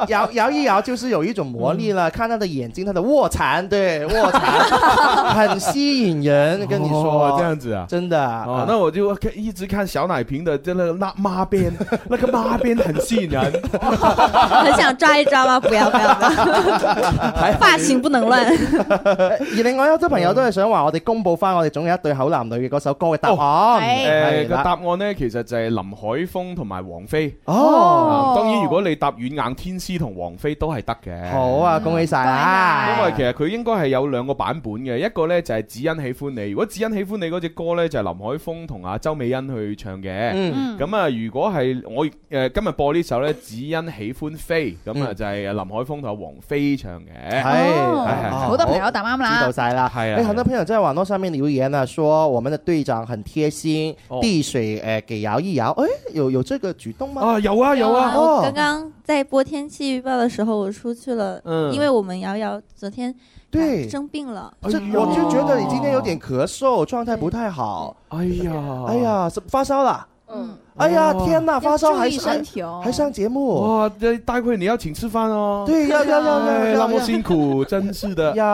S4: 摇摇一摇就是有一种魔力了，看他的眼睛，他的卧蚕，对卧蚕很吸引人，跟你说
S3: 哦这样子啊，
S4: 真的
S3: 哦，那我就看一直看小奶瓶的真的那妈边，那个妈边很吸引人。
S13: 很想抓一 抓吗？不要不要不要，发型不能 乱。
S4: 而另外有好多朋友都係想話我哋公佈翻我哋總有一對口男女嘅嗰首歌嘅答案，
S3: 哦誒
S4: 係
S3: 個
S4: 啦
S3: 答案呢，其實就係林海峰同埋王菲。
S4: 哦
S3: 啊當然如果你答軟硬天師同王菲都係得嘅。
S4: 好
S5: 嗯
S4: 啊，恭喜晒啊！
S3: 因為其實佢應該係有兩個版本嘅，一個呢就係只因喜歡你。如果只因喜歡你嗰只歌呢，就係林海峰同阿周美欣去唱嘅。
S4: 嗯
S3: 咁啊，如果係我誒今日播呢首呢，只因喜歡飛，咁啊
S4: 嗯
S3: 就係林海峰同阿王菲唱嘅。
S4: 係
S5: 哦好多朋友答啱啦
S4: 知道晒啦，
S3: 係啊
S4: 誒很多朋友在網絡上面留言呢，說我們的隊長很貼心
S3: 哦，
S4: 遞水誒給搖一搖，誒有有這個舉動嗎？哦
S3: 啊有啊
S5: 哦
S13: 我刚刚在播天气预报的时候，我出去了，
S4: 嗯
S13: 因为我们瑶瑶昨天哎
S4: 对
S13: 生病了，
S4: 这
S3: 哎
S4: 我就觉得你今天有点咳嗽，状态不太好。
S3: 哎呀，哦
S4: 哎呀，是发烧了。
S5: 嗯，
S4: 哎呀，天哪，
S5: 要
S4: 发烧还
S5: 注意身体哦
S4: 还还上节目。
S3: 哇，这待会你要请吃饭哦。
S4: 对要要要要
S3: 哎
S4: 要
S3: 那么
S4: 要
S3: 辛苦，真是的。
S4: 要，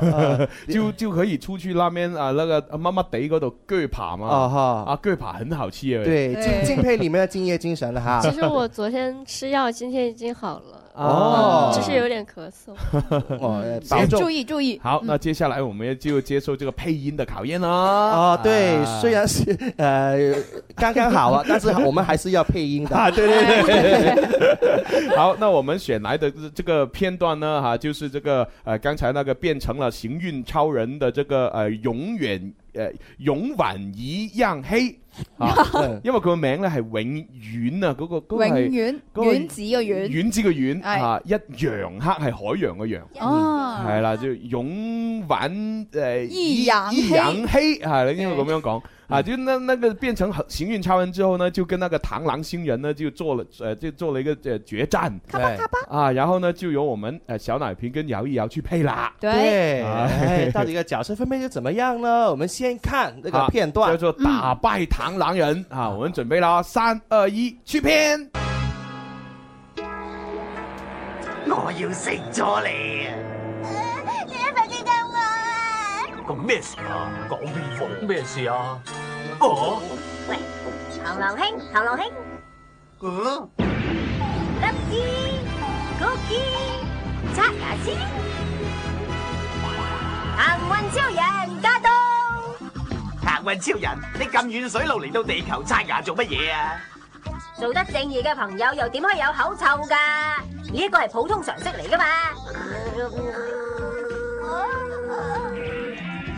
S4: 呃
S3: 就就可以出去那边啊，那个妈妈地嗰度鋸扒嘛。
S4: 啊哈
S3: 啊，鋸扒很好吃耶。
S4: 对，敬
S14: 对
S4: 敬佩你们的敬业 精神了哈。
S14: 其实我昨天吃药，今天已经好了，
S3: 哦
S14: 嗯只是有点咳嗽。
S4: 哦，
S3: 保重
S14: 注意注意
S3: 好，
S14: 嗯
S3: 那接下来我们就接受这个配音的考验啦。
S4: 啊
S3: 啊，
S4: 对，虽然是呃刚刚好 啊，但是我们还是要配音的。
S3: 啊，对对对。 好，那我们选来的这个片段呢，哈、就是这个呃，刚才那个变成了行运超人的这个呃，永远呃，永晚一样黑 啊
S4: 嗯，
S3: 因为佢个名咧系永远啊，嗰、個个嗰、個
S5: 永
S3: 係
S5: 遠
S3: 嗰個
S5: 丸子嘅丸
S3: 丸子嘅丸
S4: 哎
S5: 係
S3: 啊，一洋黑係海洋嘅洋，
S5: 哦
S3: 係啦，就勇玩誒
S5: 一陽黑
S3: 一陽黑，係啦，因為咁樣
S4: 嗯
S3: 講。啊，就那那个变成行运超人之后呢，就跟那个螳螂星人呢，就做了呃，就做了一个呃决战，
S4: 吧咔
S3: 啊，然后呢，就由我们呃小奶瓶跟摇一摇去配啦。
S4: 对，哎
S3: 哎，
S4: 到底个角色分配是怎么样呢？我们先看那个
S3: 啊
S4: 片段，
S3: 叫
S4: 嗯
S3: 做打败螳螂人啊，我们准备啦，三二一，去片。
S11: 我要食咗你啊！
S12: 你快啲救我啊！
S10: 咁咩事啊？講邊房咩事啊？哦，
S12: 喂，螳螂兄，螳螂兄，
S10: 嗯，
S12: 粒子，高子，刷牙先，行運超人駕到，
S11: 客運超人，你咁遠水路嚟到地球刷牙做乜嘢啊？
S12: 做得正義嘅朋友又點可以有口臭㗎？呢一個係普通常識嚟㗎嘛。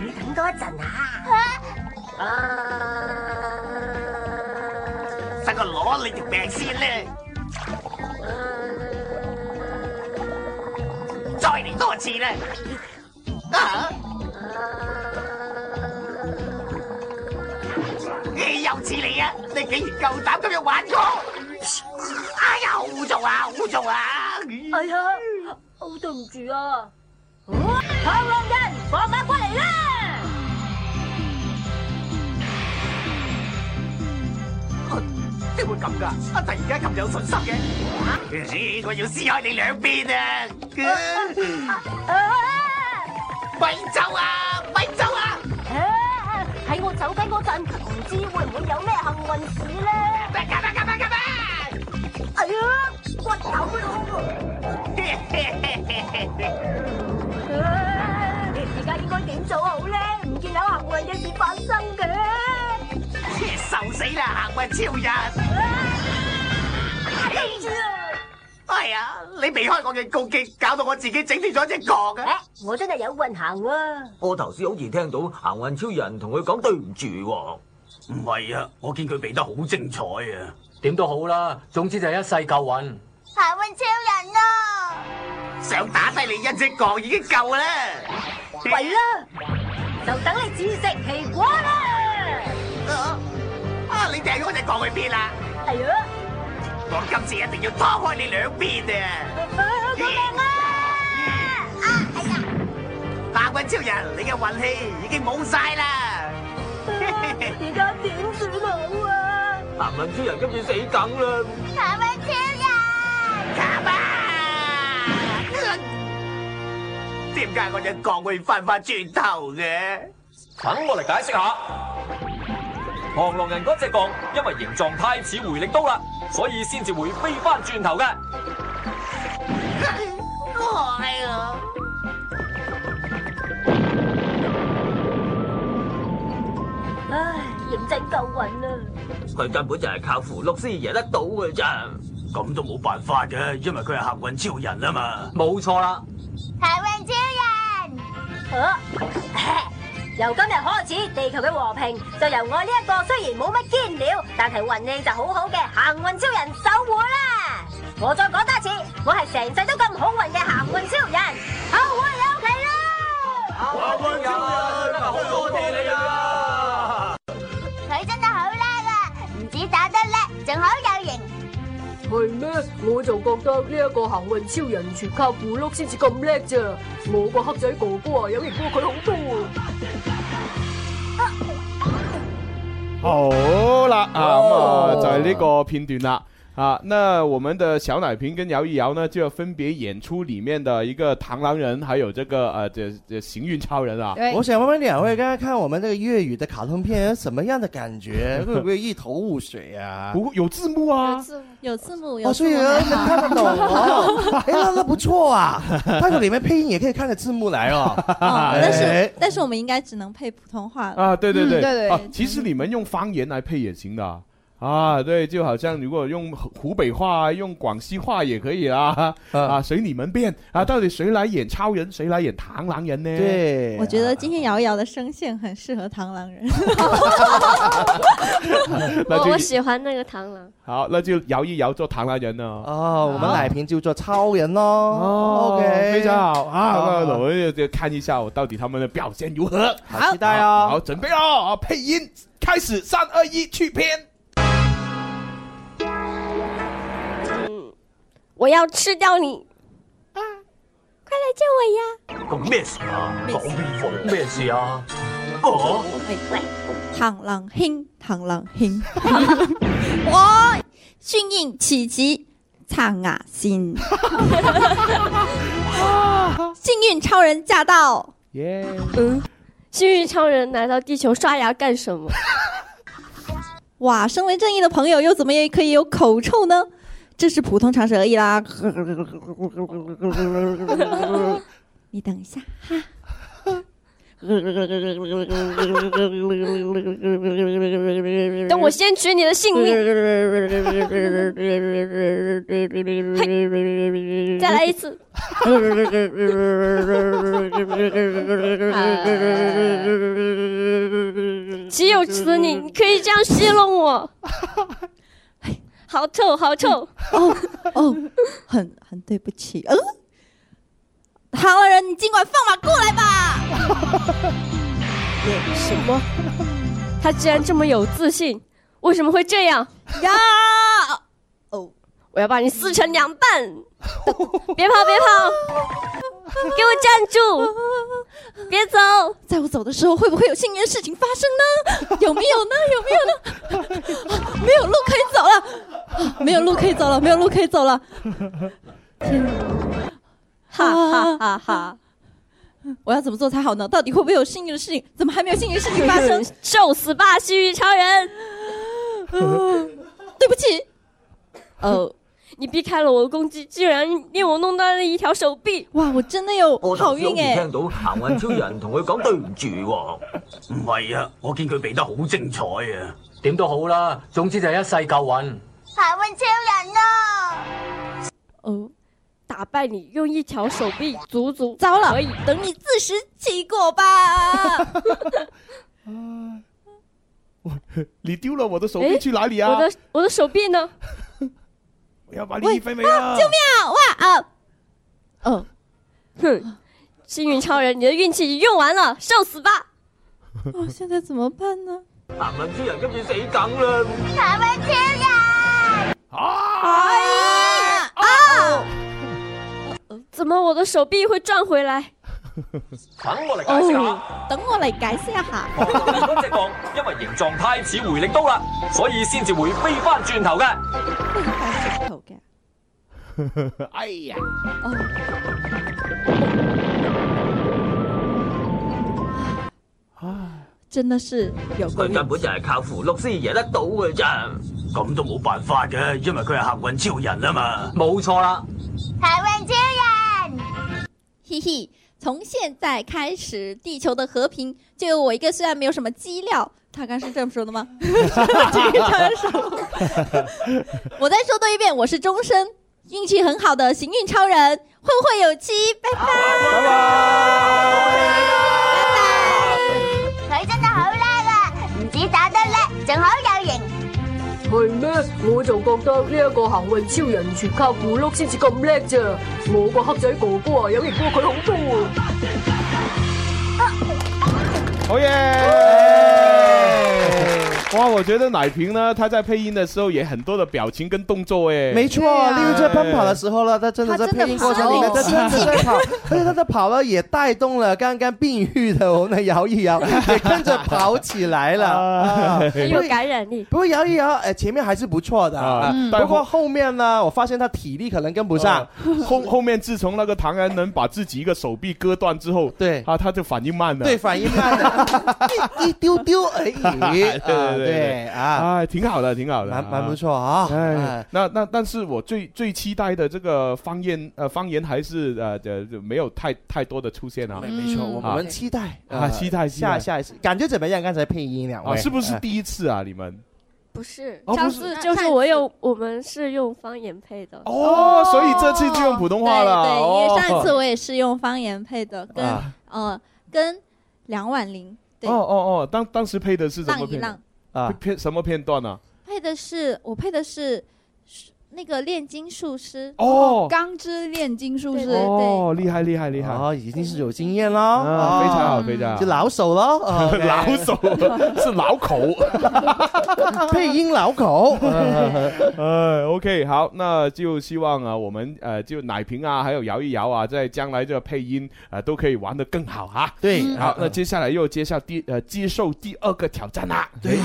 S12: 你等多一陣啊！Ờ.
S11: 等我攞你條命先咧！再嚟多次咧！啊！咦又似你啊！你竟然夠膽咁樣玩我！哎呀，好做啊，好做啊！
S12: 哎呀，好對唔住啊！螳螂人，放馬過嚟啦！
S11: 點會咁咁噶？啊，突然間咁有信心嘅，我要撕開你兩邊啊！咪走啊！咪走啊！
S12: 喺我走低嗰陣，唔知會唔會有咩幸運事咧？哎呀，骨頭都而家應該點做好咧？唔見有幸運嘅事發生嘅。
S11: 受死啦！幸運超人，哎
S7: à,
S11: 呀，你避開我嘅攻擊，搞到我自己整斷咗隻角嘅。
S12: 我真係有運行啊！
S16: 我頭先好似聽到行運超人同佢講對唔住喎。
S11: 唔係啊，我見佢避得好精彩啊！
S17: 點都好啦，總之就一世夠運。
S12: 行運超人啊！
S11: 想打低你一隻角已經夠啦。
S12: 喂啦，就等你自食其果啦！
S11: 啊，你掟開隻角去邊啦？
S12: 係啊，
S11: 我今次一定要拖開你兩邊啊！
S12: 我命啊！
S7: À,
S11: 白運超人，你嘅運氣已經冇晒啦。
S12: 而家點算好啊？
S16: 行運超人今次死梗啦！
S12: 行運超人，
S11: 點解我隻角會翻翻轉頭嘅？
S10: 等我嚟解釋下。螳螂人嗰只鋼，因為形狀太似回力刀啦，所以先至會飛翻轉頭嘅。
S11: 害
S7: ờ.
S11: 我！
S12: 唉，認真夠運啊！
S16: 佢根本就係靠符碌先贏得到嘅咋。
S11: 咁都冇辦法嘅，因為佢係行運超人啊嘛。
S10: 冇錯啦。
S12: 行運超人，啊！ 由今日開始，地球嘅和平就由我呢一個雖然冇乜堅料，但係運氣就好好嘅行運超人守護啦！我再講多次，我係成世都咁好運嘅行運超人，後會有期啦！
S16: 行運超人，好多謝你啊！
S18: 佢真係好叻啊！唔止打得叻，仲好有型。
S19: 係咩？我就覺得呢一個行運超人全靠符碌先至咁叻咋。我個黑仔哥哥啊，有型過佢好多啊。
S3: 好啦，啊咁啊就係呢個片段啦。啊，那我们的小奶瓶跟姚一瑶呢，就要分别演出里面的一个螳螂人，还有这个呃，这这行运超人啊。
S4: 我想问问两位，刚才看我们这个粤语的卡通片有什么样的 感觉？会不会一头雾水啊？
S3: 不有字幕啊，
S13: 有字幕，
S4: 哦，
S13: 有
S4: 所
S13: 字
S4: 以
S13: 幕
S4: 能
S13: 还好。
S4: 看得 懂哦。哎，那那不错 啊，它这里面配音也可以看着字幕来哦。
S3: 啊
S13: 但是
S4: 哎
S13: 但是我们应该只能配普通话了
S3: 啊，对对对，
S13: 嗯对
S3: 啊，其实你们用方言来配也行的啊啊，对，就好像如果用湖北话、用广西话也可以啦，啊，随你们便啊，到底谁来演超人，谁来演螳螂人呢？
S4: 对
S13: 我觉得今天瑶瑶的声线很适合螳螂人。
S3: 那
S14: 我
S3: 就
S14: 我喜欢那个螳螂。
S3: 好，那就摇一摇做螳螂人呢。啊
S4: 哦，我们奶瓶就做超人喽。哦 OK，
S3: 非常好啊！那
S4: 好
S3: 我们就看一下我到底他们的表现如何，
S4: 好期待哦
S3: 好好，准备哦，啊配音开始，三二一，去片。
S14: 我要吃掉你！啊，快来救我
S16: 咁咩事啊？講邊個？咩事啊？
S14: 哦
S13: 哎螳螂兄，螳螂兄， 我顺应奇迹，擦牙心。
S14: 幸运超人驾到！
S3: 耶！
S14: 嗯，幸运超人来到地球刷牙干什么？
S13: 哇，身为正义的朋友，又怎么也可以有口臭呢？这是普通常识而已啦。你等一下哈。
S14: 等我先取你的性命。再来一次。啊岂有此理！你可以这样戏弄我。哎好臭，好臭！
S13: 哦哦，很很对不起。嗯，螳螂人，你尽管放马过来吧。
S14: 什么？他既然这么有自信，为什么会这样呀？哦，我要把你撕成两半！ 别跑，别跑！给我站住！别走！
S13: 在我走的时候，会不会有新 鲜事情发生呢？有没有呢？有没有呢？啊没有路可以走了，没有路可以走了，没有路可以走了，哈哈哈哈！我要怎么做才好呢？到底会不会有幸运的事情？怎么还没有幸运的事情发 生？
S14: 受死吧，西域超人！
S13: 对不起，
S14: 哦，你避开了我的攻击，居然令我弄断了一条手臂。
S13: 哇，我真的有
S14: 我
S13: 好运哎！
S14: 哎
S10: 聽到行運超人同佢講對唔住喎，
S11: 唔係啊，我見佢避得好精彩啊！
S17: 點都好啦，總之就係一世夠運。
S18: 排运超人啊！
S14: 哦，打败你用一条手臂，足足
S13: 糟了
S14: 可以，
S13: 等你自食其果吧。
S3: 你丢了我 的手
S14: 哎
S3: 臂去哪里啊？
S14: 我的我的手臂呢？
S3: 我要把你一分为
S14: 啊
S3: 二！
S14: 救命
S13: 啊！哇啊！哦，
S14: 哼，幸运超人，你的运气已用完了，受死吧！
S13: 哦，现在怎么办呢？
S10: 行運超人跟住死梗啦！
S18: 排运超人，
S14: 哎啊！呃怎么我的手臂会转回来？哦
S10: 等我嚟解釋
S14: Oh
S10: 下。
S13: 啊等我嚟解釋一下。
S10: 嗰只蚌因為形狀太似回力刀啦，所以先至會飛翻轉頭嘅。
S3: 哎 呀！
S13: 真的是有
S11: 佢根本就係靠符碌先贏得到嘅咋，咁都冇辦法嘅，因為佢係行運超人啊嘛。
S10: 冇錯啦，
S18: 排运超人，
S13: 嘿嘿，从现在开始，地球的和平就由我一个。虽然没有什么基料，他刚是这么说的吗？这个超人手，我再说多一遍，我是终身运气很好的行运超人，混混有期，拜拜。
S18: 佢真係好叻啊！唔止打得叻，仲好有型。
S19: 係咩？我就覺得呢一個行運超人全靠符碌先至咁叻咋。我個黑仔哥哥啊，有型過佢好多啊！
S3: 好耶！哇，我觉得奶瓶呢，他在配音的时候也很多的表情跟动作哎。
S4: 没错，例如在奔跑的时候呢，他真的在配音过程里面，他
S3: 他
S4: 真
S3: 真的
S4: 的
S3: 跑得
S4: 在跑，而且他在跑了也带动了刚刚病愈的啊我们摇一摇，也跟着跑起来了， 啊
S3: 哎
S14: 很有感染力。
S4: 不过摇一摇，哎，前面还是不错的啊
S3: 嗯，啊
S4: 不过后面呢，我发现他体力可能跟不上。
S3: 后后面自从那个唐安能把自己一个手臂割断之后，
S4: 对
S3: 啊，他就反应 慢了，啊
S4: 对，反应慢了，一一 丢丢而已。
S3: 对
S4: 啊
S3: 对
S4: 对啊，
S3: 哎，挺好的，挺好的，
S4: 蛮
S3: 啊
S4: 蛮不错啊
S3: 哎
S4: 哎，
S3: 那那但是我最最期待的这个方言，呃，方言还是呃呃没有太太多的出现啊。
S4: 没错，我
S3: 啊
S4: 们期待呃
S13: 呃
S3: 啊，期待期
S4: 下
S3: 待
S4: 下一次，感觉怎么样？刚才配音两
S3: 啊，
S4: 位
S3: 是不是
S4: 哎
S3: 第一次啊？你们
S14: 不是
S3: 哦不是
S14: 上次就是我有，我们是用方言配的。
S3: 哦，所以这次就用普通话了。
S13: 对，因为上一次
S3: 哦
S13: 我也是用方言配的，跟、
S3: 啊
S13: 呃跟梁婉玲对、
S3: 哦哦哦，当当时配的是什么
S13: 浪一
S3: 片
S13: 浪
S3: 啊？片什么片段啊呢？
S13: 配的是我配的是那个炼金术师
S3: 哦
S13: 钢之炼金术师
S3: 哦，厉害厉害厉害！
S4: 哦，已经是有经验了，
S3: 啊
S4: 啊
S3: 非常好非常好
S4: 就老手了， 啊，OK
S3: 老手是老口，
S4: 配音 老口。
S3: 呃，OK，好，那就希望啊，我们呃，就奶瓶啊，还有摇一摇啊，在将来这个配音啊、呃，都可以玩得更好哈。
S4: 对嗯
S3: 好，那接下来又接下第呃，接受第二个挑战啦。对，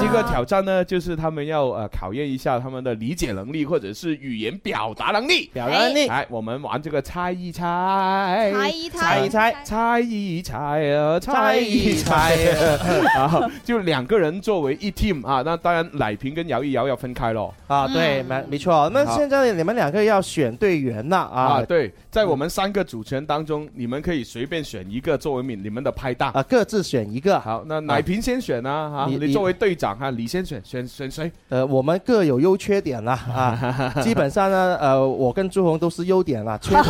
S3: 这个挑战呢，就是他们要呃考验一下他们的理解能力或者是语言表达能力。哎
S4: 表达能力
S3: 来，我们玩这个猜一猜，
S4: 猜一猜猜一猜，
S3: 猜一猜啊，猜一猜
S4: 猜一 猜
S3: 啊，好就两个人作为一 team 啊，那当然奶瓶跟摇一摇要分开咯。
S4: 啊，对，没没错。那
S3: 好
S4: 现在你们两个要选队员了
S3: 啊，
S4: 啊，
S3: 对，在我们三个主持人当中，你们可以随便选一个作为你你们的拍档
S4: 啊，各自选一个。
S3: 好，那奶瓶先选啊，哈，
S4: 你
S3: 你
S4: 你
S3: 作为队长哈，你先选，选选谁？
S4: 呃，我们各有优缺点啦 啊，基本上呢，呃，我跟朱红都是优点啦，缺点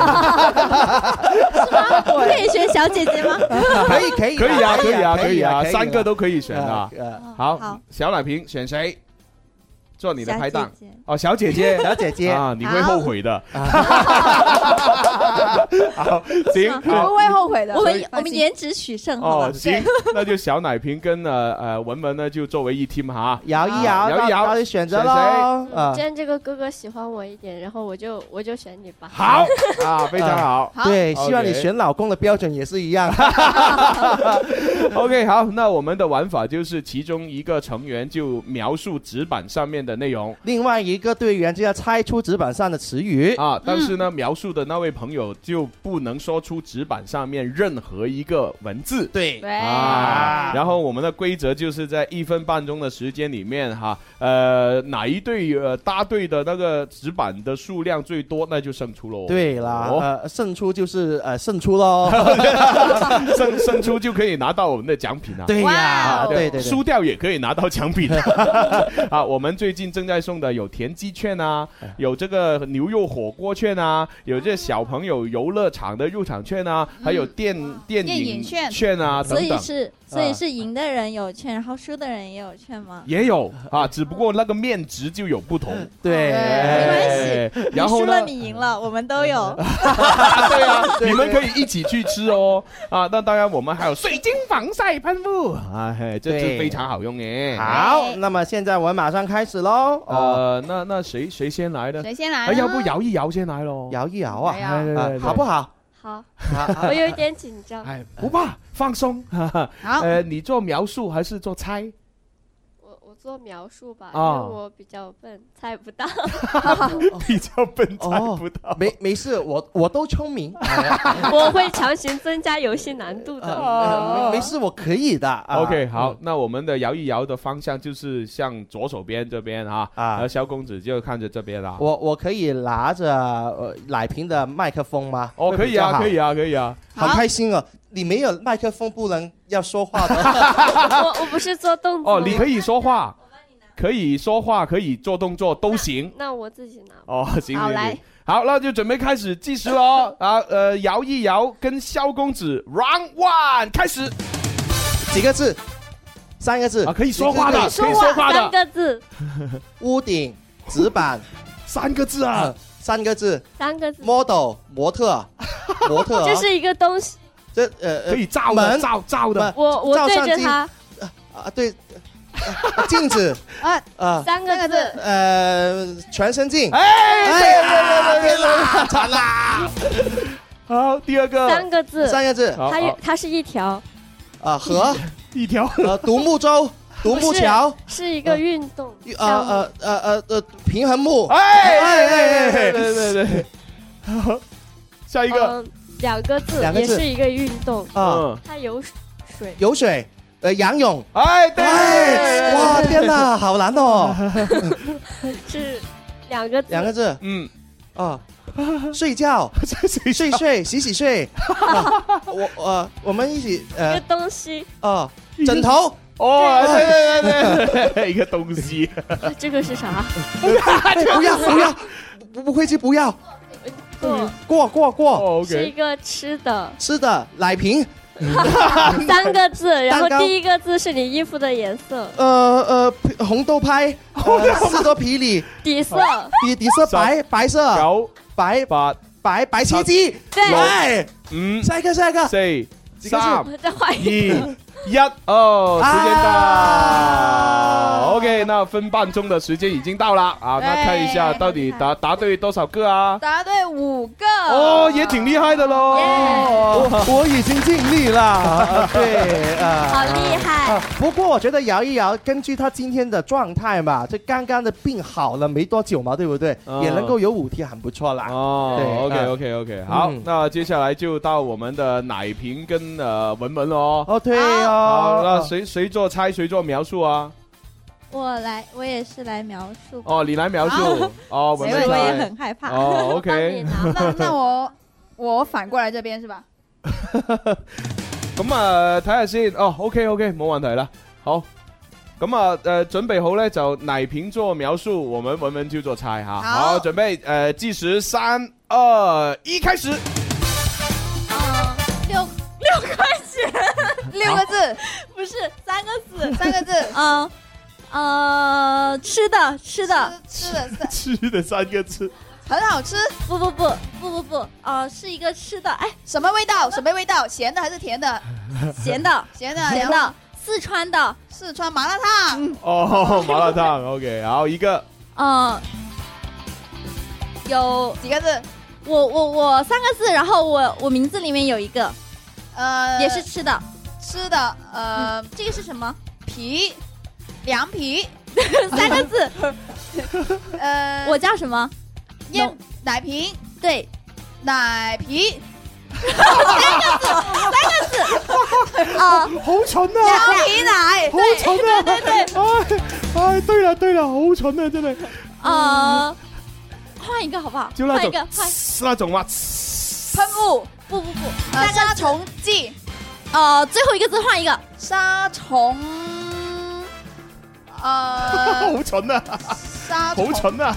S13: 我可以选小姐姐吗？
S4: 可以可以
S3: 可以啊，
S4: 啦
S3: 可以啊，可以啊，
S4: 可以啦
S3: 三个都可以选啊
S4: 呃。
S3: 好
S13: 好，
S3: 小奶瓶选谁？做你的拍档
S13: 小姐姐
S3: 哦，小姐姐，
S4: 小姐姐
S3: 啊，你会后悔的。好， 行，好
S5: 不会后悔的。
S13: 我
S5: 所
S13: 们
S5: 以
S13: 我们颜值取胜，好
S3: 哦，
S13: 吧？
S3: 行， 那就小奶瓶跟呃呃文文呢，就作为一 team 哈，啊
S4: 摇一摇，
S3: 摇一
S4: 到
S3: 摇，
S4: 到底选择
S3: 谁
S4: 喽啊
S14: 既。然这个哥哥喜欢我一点，然后我就我就选你吧。
S3: 好 啊，非常好，
S4: 对，希望你
S3: OK
S4: 选老公的标准也是一样。
S3: OK，好，那我们的玩法就是其中一个成员就描述纸板上面的的内容。
S4: 另外一个队员就要猜出纸板上的词语
S3: 啊，但是
S4: 嗯
S3: 呢，描述的那位朋友就不能说出纸板上面任何一个文字。
S4: 对
S1: 对
S3: 啊，然后我们的规则就是在一分半钟的时间里面哈，呃，哪一队呃搭队的那个纸板的数量最多，那就胜出喽。
S4: 嗯对啦，
S3: 哦
S4: 呃，胜出就是呃胜 出喽。
S3: 胜胜出就可以拿到我们的奖品啊！
S4: 对呀
S3: 啊
S4: 对对对
S3: 输掉也可以拿到奖品 啊！我们最近正在送的有田鸡券啊，
S4: 哎
S3: 有这个牛肉火锅券啊，有这小朋友游乐场的入场券啊，还有电电
S13: 电影
S3: 影
S13: 券
S3: 券啊等
S13: 所
S3: 等。
S13: 以是所以
S3: 啊
S13: 是赢的人有券，然后输的人也有券吗？
S3: 也有啊，只不过那个面值就有不同。没
S4: 对，
S3: 哦关系然后
S13: 你输
S3: 呢
S13: 了，？你赢了，我们 都有。
S3: 对啊，你们可以一起去吃哦。啊，那当然我们还有水晶防晒喷雾，啊，嘿这
S4: 对
S3: 是非常好用耶。
S4: 好，那么现在我们马上开始哦喽。
S3: 呃，那那谁谁先来呢？
S4: 谁先来
S3: 哎要不
S4: 呢
S3: 摇一摇先来喽？
S4: 摇一摇啊
S3: 来来来
S4: 啊
S3: 来
S4: 好不好？
S14: 好
S4: 好好，
S14: 我有一点紧张。
S3: 哎，不怕，放松。好呃，你做描述还是做猜？
S14: 我我做描述吧，因
S3: 啊
S4: 哦
S14: 为我比较笨，猜不到。
S3: 比较笨，
S4: 猜不
S3: 到。
S4: 啊哦
S3: 哦
S4: 没没事，我我都聪明，哎
S14: 我会强行增加游戏难度
S3: 哦
S4: 呃
S14: 的。
S4: 没没事，我可以的。啊
S3: OK，好，那我们的摇一摇的方向就是向左手边这边啊，啊，萧公子就看着这边啦。
S4: 我我可以拿着呃奶瓶的麦克风吗？
S3: 哦，可以啊，可以
S4: 啊，
S3: 啊，可以啊。
S4: 好开心哦！你没有麦克风不能要说话的。
S14: 我我不是做动作。
S3: 哦，你可以说话，可以说话，可以做动作都行。
S14: 那我自己拿。
S3: 哦，行
S14: 好
S3: 行
S14: 来
S3: 行，好，那就准备开始计时喽。啊，呃，摇一摇，跟萧公子 round one 开始。
S4: 几个字？三个字
S3: 啊，可以说话的，可以说话的。
S14: 三个字，
S4: 屋顶、纸板， 嗯
S3: 三个字啊，
S4: 三个字。
S14: 三个字，
S4: model 模特，模特啊。
S14: 这是一个东西。
S4: 这呃呃
S3: 可以照的
S4: 门
S3: 照照的
S4: 门
S14: 我我
S4: 照
S14: 对
S4: 相
S14: 着
S4: 机
S14: 它
S4: 啊，对，呃镜子
S5: 啊，
S4: 啊，
S14: 三个字，
S4: 呃，全身镜。
S3: 哎
S4: 呀，
S3: 对对对对
S4: 天啦，惨啦！
S3: 好，第二个，
S14: 三个字，
S4: 三个字好
S14: 它有
S4: 好
S14: 它是一条，
S4: 啊，河，
S3: 一条
S4: 呃，独木舟，独木
S14: 不是
S4: 桥，
S14: 是一个运动
S4: 呃
S14: 项目。
S4: 呃呃呃呃，平衡木。
S3: 哎哎哎哎，对对对，下一个
S14: 嗯，两个字，
S4: 两个
S14: 也
S4: 字
S14: 是一个运动，
S4: 啊，
S14: 它有水。
S4: 游水，呃，仰泳。
S3: 哎，对，
S4: 哎，哇，天哪，好难哦！
S14: 是两个字，
S4: 两个字，
S3: 嗯，
S4: 啊， 睡觉，
S3: 睡
S4: 睡睡，洗 洗睡。啊我呃，我们一起
S14: 一
S4: 呃
S14: 个东西，
S4: 啊，枕头。
S3: 哦，对对对对，一个东西，
S14: 啊 这个 是啥？
S4: 哎不要不要，不不会去不要，
S14: 做
S4: 过过过。
S3: 哦
S14: 是一个吃 的，
S4: 吃的奶瓶，
S14: 三个字，然后
S4: 蛋糕
S14: 第一个字是你衣服的颜色，
S4: 呃呃，红豆派，呃士多啤梨，
S14: 底色，
S4: 哦底底色白白色，
S3: 九
S4: 白
S3: 八
S4: 白白切鸡。
S14: 对
S4: 哎，
S3: 五
S4: 下一个下一个，
S3: 四
S4: 几个字
S3: 三
S14: 再换
S3: 二
S14: 一个，
S3: 一，哦，时间
S4: 啊
S3: 到。OK，那分半钟的时间已经到了啊，那
S5: 对
S3: 看一下到底答答对多少个啊？
S5: 答对五个。
S3: 哦，也挺厉害的喽。
S4: 我我已经尽力了，对啊，
S14: 好厉害
S4: 啊！不过我觉得摇一摇，根据他今天的状态嘛，这刚刚的病好了没多久嘛，对不对？
S3: 嗯
S4: 也能够有五天，很不 错啦。
S3: 哦
S4: 对
S3: ，OK
S4: 啊
S3: OK OK，好，
S4: 嗯
S3: 那接下来就到我们的奶瓶跟呃文文喽。
S4: 哦，对
S3: 好，
S4: 哦，
S3: 那谁谁做猜，谁做描述啊？
S13: 我来，我也是来描述。
S3: 哦，你来描述。 哦，文
S13: 所以
S3: 文
S13: 我也
S3: 猜
S13: 很。害怕。
S3: 哦，OK。
S5: 那那我我反过来这边是吧？
S3: 咁啊，睇下先。哦，OK OK，冇問題啦。好。咁啊，誒準備好咧，就奶瓶做描述，我們文文就做猜嚇。好，準備誒計時三二一，開始。
S5: 六六块钱，六个字，
S13: 不是三个字，
S5: 三个字，
S13: 嗯呃，吃的吃的，
S5: 吃的 三
S3: 吃的三個字，
S5: 很好吃，
S13: 不不不不不不，呃，是一个吃的，哎，
S5: 什么味道？什么味道？咸的还是甜的？
S13: 咸的
S5: 咸的，
S13: 咸
S5: 然
S13: 的
S5: 后，
S13: 四川的，
S5: 四川麻辣烫，
S3: 哦，麻辣燙。OK，好，一個。
S13: 嗯，有
S5: 几个字？
S13: 我我我三个字，然后我我名字里面有一个
S5: 呃，
S13: 也是吃的，
S5: 吃的，呃
S13: 嗯，，这个是什么？
S5: 皮，凉皮，
S13: 三个字。
S15: 呃，
S13: 我叫什么？
S15: 燕奶瓶，
S13: 对，
S15: 奶皮，
S13: 三个 字，啊，
S3: 好蠢啊！
S15: 羊皮奶，
S3: 好蠢啊！对对唉唉，对了对了，好蠢啊，真系。
S15: 嗯
S3: 음,
S5: 어.
S13: 呃，换一个好不好？
S3: 就那
S13: 换一
S3: 种
S13: 个，换。
S3: 那种嘛，
S15: 喷雾，
S13: 不不不，
S15: 呃杀虫剂，
S13: 呃，最后一个字换一个，
S15: 杀虫，呃，
S3: 好蠢啊！
S15: 杀
S3: 好蠢啊！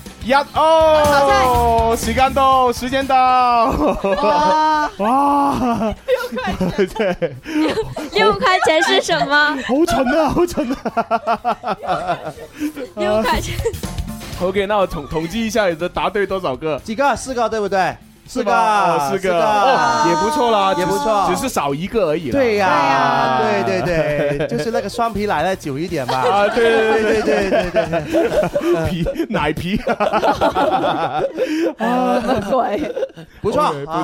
S3: 어, 哦，时间到，时间到，
S15: 哇
S3: 哇，真 係
S14: 六块钱是什么？
S3: 好蠢啊，好蠢啊！
S14: 六块钱。
S3: OK，那我统统计一下，你的答对多少个？
S4: 几个？四个对不对？四个
S3: 哦，四个，哦，也不错啦，
S4: 也不错
S3: 只是只是少一个而已啦。
S4: 对呀，对对对，
S3: 哎
S4: 就是那个双皮奶呢，久一点吧。
S3: 啊，对对
S4: 对
S3: 对
S4: 对对对对。
S3: 对，皮奶皮，
S13: 哎
S3: 啊，
S13: 对，
S4: 哎不错
S3: OK，不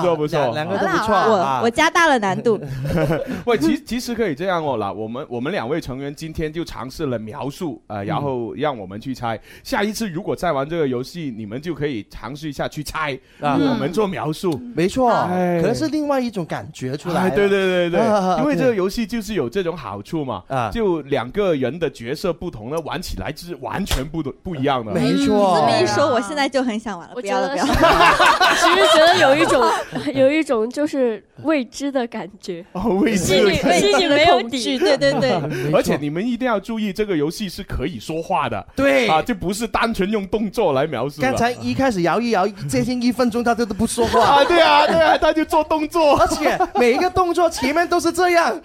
S3: 错不错，
S4: 两两个
S3: 啊
S4: 都不错
S13: 我
S4: 啊
S13: 我。加大了难度，
S3: 喂，其其实可以这样哦，啦，我们我们两位成员今天就尝试了描述，呃，然后让我们去猜。下一次如果再玩这个游戏，你们就可以尝试一下去猜，
S4: 啊
S3: 我们做描述。
S4: 没错，
S3: 哎
S4: 可能是另外一种感觉出来
S3: 哎
S4: 了。
S3: 对对对
S4: 啊
S3: 对，因为这个
S4: 对
S3: 游戏就是有这种好处嘛，就两个人的角色不同呢，玩起来就是完全不同不一样的。
S4: 没
S13: 嗯这
S4: 错
S13: 么一说，我现在就很想玩了，不要了， 不要了。
S14: 只是觉得有一种有一种就是未知的感觉，
S3: 哦未知
S14: 心
S3: 的
S14: 里
S3: 感觉
S14: 心里没有底，
S13: 对对对，
S3: 而且你们一定要注意，这个游戏是可以说话的，
S4: 对
S3: 啊，就不是单纯用动作来描述了。
S4: 刚才一开始摇一摇，接近一分钟他都都不说话。
S3: 啊对啊对啊他就做动作
S4: 而且每一个动作前面都是这样，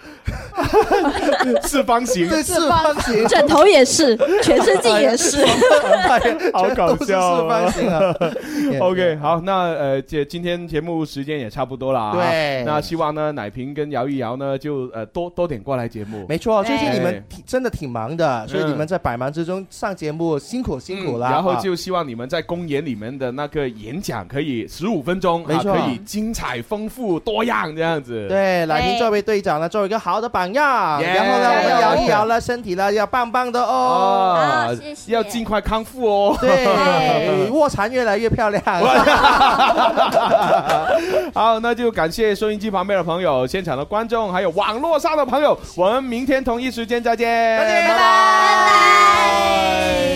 S3: 四方形
S4: 对，四方形，
S13: 枕头也是， 全身
S3: 哎
S13: 镜也是。
S3: 好搞笑
S4: 四
S3: 啊
S4: 方 形啊！
S3: OK，好，那呃，这今天节目时间也差不多了啊。
S4: 对
S3: 那希望呢，奶瓶跟摇一摇呢，就呃多多点过来节目。
S4: 没错，最近你们
S3: 哎嗯
S4: 挺真的挺忙的，所以你们在百忙之中上节目辛苦辛苦了。
S3: 然后
S4: 啊
S3: 就希望你们在公演里面的那个演讲可以十五分钟，
S4: 没
S3: 啊
S4: 错
S3: 可以精彩丰富多样这样子。
S4: 对，奶瓶作为队长呢，作为一个好的榜样，然后呢，我们摇一摇呢，身体呢要棒棒的哦，
S3: 啊，要尽快康复哦。
S4: 对，卧蚕越来越漂亮。
S3: 好，那就感谢收音机旁边的朋友、现场的观众，还有网络上的朋友，我们明天同一时间再见，拜拜。拜拜